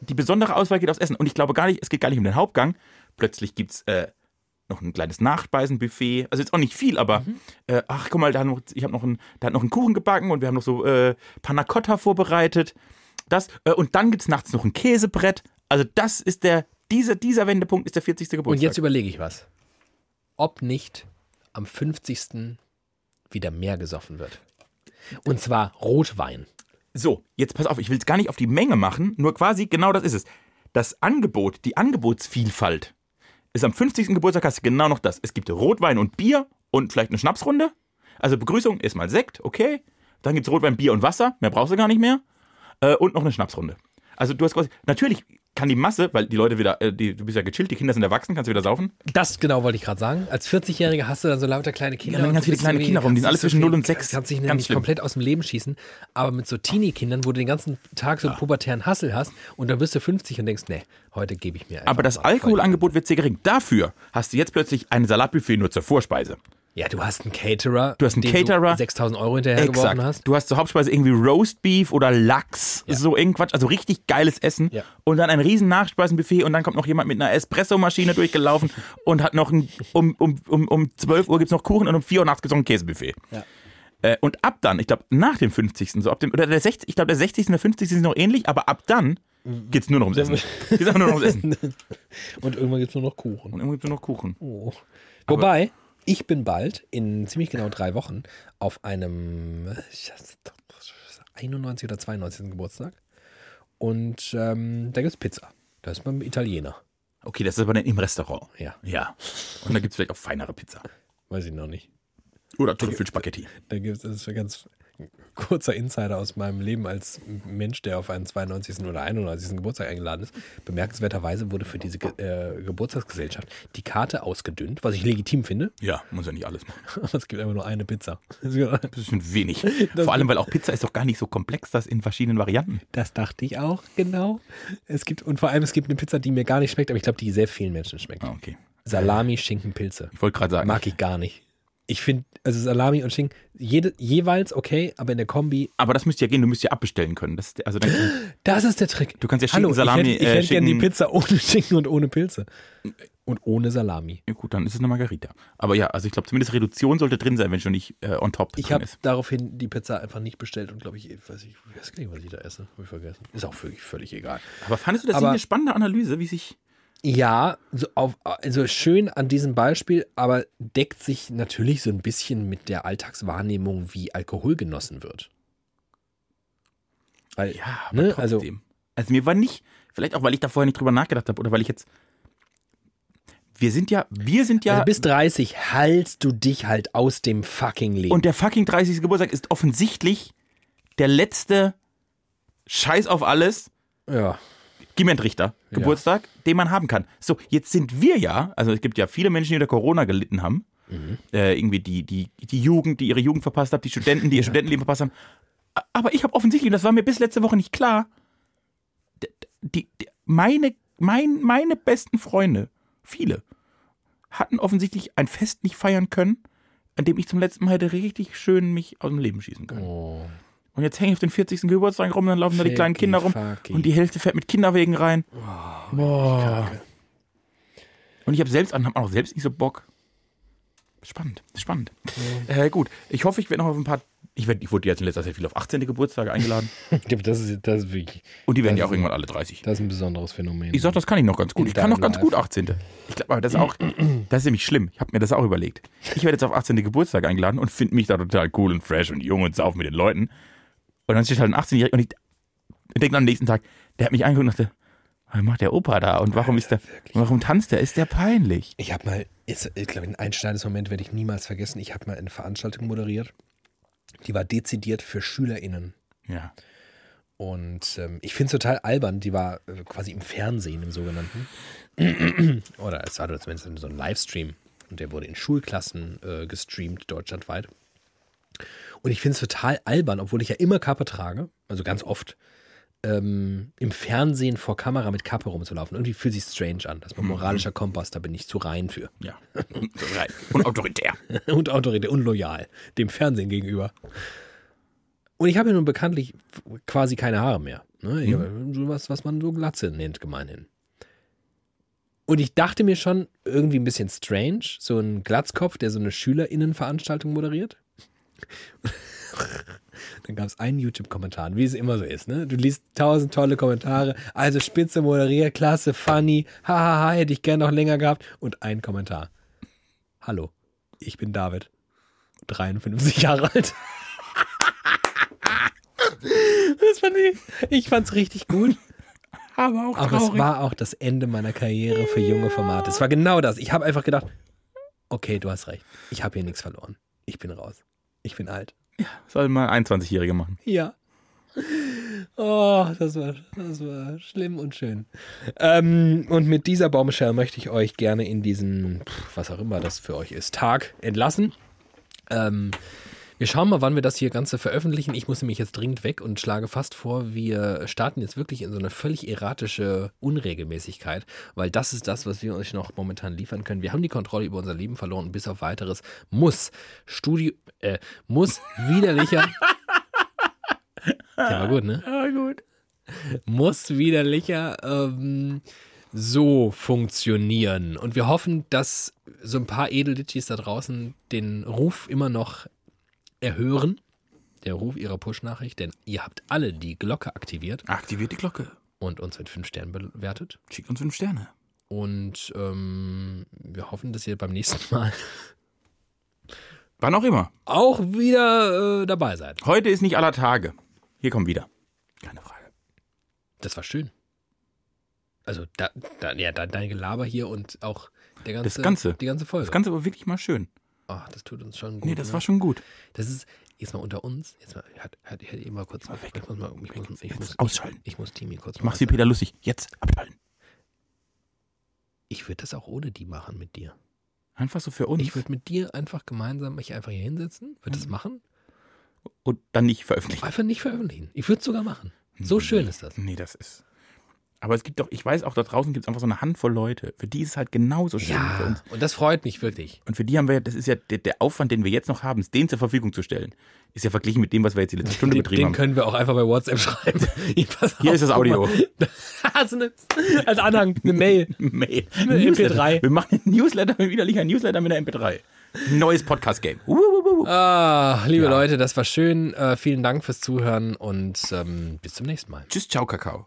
die besondere Auswahl geht aufs Essen. Und ich glaube gar nicht, es geht gar nicht um den Hauptgang. Plötzlich gibt es äh, noch ein kleines Nachspeisenbuffet. Also jetzt auch nicht viel, aber äh, ach guck mal, da haben noch, ich habe noch einen, da hat noch einen Kuchen gebacken und wir haben noch so äh, Panna Cotta vorbereitet. Das, äh, und dann gibt es nachts noch ein Käsebrett. Also das ist der, dieser, dieser Wendepunkt ist der 40. Geburtstag. Und jetzt überlege ich was. Ob nicht am 50. wieder mehr gesoffen wird. Und zwar Rotwein. So, jetzt pass auf, ich will es gar nicht auf die Menge machen, nur quasi genau das ist es. Das Angebot, die Angebotsvielfalt ist am 50. Geburtstag hast du genau noch das. Es gibt Rotwein und Bier und vielleicht eine Schnapsrunde. Also Begrüßung, erstmal Sekt, okay. Dann gibt es Rotwein, Bier und Wasser, mehr brauchst du gar nicht mehr. Äh, und noch eine Schnapsrunde. Also du hast quasi, natürlich kann die Masse, weil die Leute wieder, äh, die, du bist ja gechillt, die Kinder sind erwachsen, kannst du wieder saufen. Das genau wollte ich gerade sagen. Als 40-Jähriger hast du dann so lauter kleine Kinder. Ja, dann und ganz so viele bist kleine du Kinder rum, die sind kannst alle nicht zwischen so viel- null und sechs. Kannst dich Ganz nämlich schlimm. komplett aus dem Leben schießen. Aber mit so Teenie-Kindern, wo du den ganzen Tag so einen pubertären Hassel hast und dann wirst du 50 und denkst, nee, heute gebe ich mir einfach Aber das mal voll. Alkoholangebot wird sehr gering. Dafür hast du jetzt plötzlich ein Salatbuffet nur zur Vorspeise. Ja, du hast einen Caterer. Du hast einen dem Caterer. Du 6000 Euro hinterhergeworfen hast. Du hast zur Hauptspeise irgendwie Roastbeef oder Lachs, Ja. so irgendwas, also richtig geiles Essen. Ja. Und dann ein riesen Nachspeisenbuffet und dann kommt noch jemand mit einer Espressomaschine durchgelaufen und hat noch ein, um, um, um, um 12 Uhr gibt's noch Kuchen und um 4 Uhr nachts gibt's noch ein Käsebuffet. Ja. Äh, und ab dann, ich glaube, nach dem 50. so ab dem, oder der 60, ich glaube, der 60. und der 50. sind noch ähnlich, aber ab dann geht's nur noch ums Essen. Geht's einfach nur noch ums Essen. Und irgendwann gibt es nur noch Kuchen. Und irgendwie gibt's nur noch Kuchen. Oh. Wobei, ich bin bald in ziemlich genau drei Wochen auf einem äh, 91 oder 92. Geburtstag. Und ähm, da gibt es Pizza. Da ist man Italiener. Okay, das ist aber dann im Restaurant. Ja, Ja. Und da gibt's vielleicht auch feinere Pizza. weiß ich noch nicht. Oder Trüffelspaghetti. Da gibt es ein ganz kurzer Insider aus meinem Leben als Mensch, der auf einen 92. oder 91. Geburtstag eingeladen ist. Bemerkenswerterweise wurde für diese Ge äh, Geburtstagsgesellschaft die Karte ausgedünnt, was ich legitim finde. Ja, muss ja nicht alles machen. Aber es gibt einfach nur eine Pizza. Das Bisschen wenig. Vor allem, weil auch Pizza ist doch gar nicht so komplex, das in verschiedenen Varianten. dachte ich auch, genau. Es gibt, und vor allem, es gibt eine Pizza, die mir gar nicht schmeckt, aber ich glaube, die sehr vielen Menschen schmeckt. Ah, okay. Salami, Schinken, Pilze. Ich wollte gerade sagen. Mag ich gar nicht. Ich finde, also Salami und Schinken, jede, jeweils okay, aber in der Kombi, Aber das müsste ja gehen, du müsst ja abbestellen können. Das ist, also dann, das ist der Trick. du kannst ja Hallo, Schinken, Salami, ich hätte, ich hätte gerne die Schinken- Pizza ohne Schinken und ohne Pilze. Und ohne Salami. Ja, gut, dann ist es eine Margarita. Aber ja, also ich glaube, zumindest Reduktion sollte drin sein, wenn schon nicht äh, on top Ich drin habe ist. daraufhin die Pizza einfach nicht bestellt und glaube ich, ich weiß ich, weiß gar nicht, was ich da esse. Hab ich vergessen. Ist auch völlig, völlig egal. Aber fandest du das aber- eine spannende Analyse, wie sich. Ja, so auf, also schön an diesem Beispiel, aber deckt sich natürlich so ein bisschen mit der Alltagswahrnehmung, wie Alkohol genossen wird. Weil, Ja, aber ne, also trotzdem. Äh, Also, mir war nicht, vielleicht auch, weil ich da vorher nicht drüber nachgedacht habe oder weil ich jetzt. Wir sind ja, wir sind ja. Also bis 30 haltst du dich halt aus dem fucking Leben. und der fucking 30. Geburtstag ist offensichtlich der letzte Scheiß auf alles, ja. gib mir einen Trichter, Ja. Geburtstag, den man haben kann. So, jetzt sind wir ja, also es gibt ja viele Menschen, die unter Corona gelitten haben. Äh, irgendwie die, die, die Jugend, die ihre Jugend verpasst hat, die Studenten, die ihr Studentenleben verpasst haben. A- Aber ich habe offensichtlich, und das war mir bis letzte Woche nicht klar, d- d- die, die, meine, mein, meine besten Freunde, viele, hatten offensichtlich ein Fest nicht feiern können, an dem ich zum letzten Mal hätte richtig schön mich aus dem Leben schießen können. Oh, Und jetzt hänge ich auf den 40. Geburtstag rum, dann laufen da die Ficky, kleinen Kinder rum fucky. und die Hälfte fährt mit Kinderwegen rein. Boah. Und ich habe selbst, hab auch selbst nicht so Bock. Spannend, spannend. Äh, gut, ich hoffe, ich werde noch auf ein paar. Ich, werd, ich wurde jetzt in letzter Zeit viel auf 18. Geburtstage eingeladen. das ist, das ist wirklich, Und die werden Das ja auch ist- irgendwann alle 30. das ist ein besonderes Phänomen. Ich sag, das kann ich noch ganz gut. In Ich kann noch deinem ganz gut 18. Ich glaube, aber das ist auch, das ist nämlich schlimm. Ich habe mir das auch überlegt. Ich werde jetzt auf 18. Geburtstag eingeladen und finde mich da total cool und fresh und jung und sauf mit den Leuten. Und dann steht halt ein 18-Jähriger und ich denke am nächsten Tag, der hat mich angeguckt und dachte, was macht der Opa da und warum ist der, warum tanzt der? Ist der peinlich? Ich habe mal, ist, ich glaube, ein einschneidendes Moment werde ich niemals vergessen. Ich habe mal eine Veranstaltung moderiert, die war dezidiert für SchülerInnen. Ja. Und ähm, ich finde es total albern, die war äh, quasi im Fernsehen, im sogenannten. Oder es war zumindest so ein Livestream. Und der wurde in Schulklassen äh, gestreamt, deutschlandweit. Und ich finde es total albern, obwohl ich ja immer Kappe trage, also ganz oft, ähm, im Fernsehen vor Kamera mit Kappe rumzulaufen. Irgendwie fühlt sich strange an. Das ist mein moralischer Kompass, da bin ich zu rein für. Ja. Und autoritär. und autoritär und loyal dem Fernsehen gegenüber. Und ich habe ja nun bekanntlich quasi keine Haare mehr. Ne? Ich habe so was, was man so Glatze nennt, gemeinhin. Und ich dachte mir schon, irgendwie ein bisschen strange, so ein Glatzkopf, der so eine SchülerInnenveranstaltung moderiert. Dann gab es einen YouTube-Kommentar, wie es immer so ist. Ne? Du liest tausend tolle Kommentare, also spitze moderiert, klasse, funny, hahaha, hätte ich gern noch länger gehabt. Und ein Kommentar. Hallo, ich bin David. 53 Jahre alt. Das fand ich, ich fand's richtig gut. Aber auch Aber es war auch das Ende meiner Karriere für junge Formate. Es war genau das. Ich habe einfach gedacht, okay, du hast recht. Ich habe hier nichts verloren. Ich bin raus. Ich bin alt. Soll mal 21-Jährige machen. Ja. Oh, das war, das war schlimm und schön. Ähm, und mit dieser Bombshell möchte ich euch gerne in diesen, pff, was auch immer das für euch ist, Tag entlassen. Ähm, wir schauen mal, wann wir das hier Ganze veröffentlichen. Ich muss nämlich jetzt dringend weg und schlage fast vor, wir starten jetzt wirklich in so eine völlig erratische Unregelmäßigkeit, weil das ist das, was wir euch noch momentan liefern können. Wir haben die Kontrolle über unser Leben verloren und bis auf weiteres muss Studio, äh, muss widerlicher. Der war gut, ne? Ah, gut. muss widerlicher ähm, so funktionieren. Und wir hoffen, dass so ein paar Edellitschis da draußen den Ruf immer noch erhören. Der Ruf ihrer Push-Nachricht, denn ihr habt alle die Glocke aktiviert. Aktiviert die Glocke. und uns mit fünf Sternen bewertet. Schick uns fünf Sterne. Und ähm, wir hoffen, dass ihr beim nächsten Mal Wann auch immer. auch wieder äh, dabei seid. Heute ist nicht aller Tage. Hier kommen wieder. Keine Frage. Das war schön. Also, da, da, ja, da, dein Gelaber hier und auch der ganze, Das Ganze. die ganze Folge. Das Ganze war wirklich mal schön. Ach, das tut uns schon gut. Nee, das ne? war schon gut. Das ist jetzt mal unter uns. Jetzt mal, hört, hört, hört ihr mal kurz. Mal weg. Ich muss, mal, ich muss, ich muss, Jetzt ausschalten. ich muss Timi kurz. Ich mach's was wie sagen. Peter lustig. Jetzt abschalten. Ich würde das auch ohne die machen mit dir. Einfach so für uns. Ich würde mit dir einfach gemeinsam mich einfach hier hinsetzen, würde Hm. das machen, Und dann nicht veröffentlichen. einfach nicht veröffentlichen. Ich würde es sogar machen. Hm. So schön ist das. Nee, das ist. Aber es gibt doch, ich weiß auch, da draußen gibt es einfach so eine Handvoll Leute. Für die ist es halt genauso schön wie für uns. Ja, und das freut mich wirklich. Und für die haben wir, ja- das ist ja der, der Aufwand, den wir jetzt noch haben, es denen zur Verfügung zu stellen, ist ja verglichen mit dem, was wir jetzt die letzte Stunde Den, betrieben den haben. können wir auch einfach bei WhatsApp schreiben. Ich pass Hier auf, ist das guck Audio. mal. Hast du eine, als Anhang eine Mail. Mail. Eine Newsletter. MP3. Wir machen einen Newsletter, ein widerlicher Newsletter mit einer MP3. Neues Podcast-Game. Uhuhuhu. Ah, liebe Leute, das war schön. Äh, vielen Dank fürs Zuhören und ähm, bis zum nächsten Mal. Tschüss, ciao, Kakao.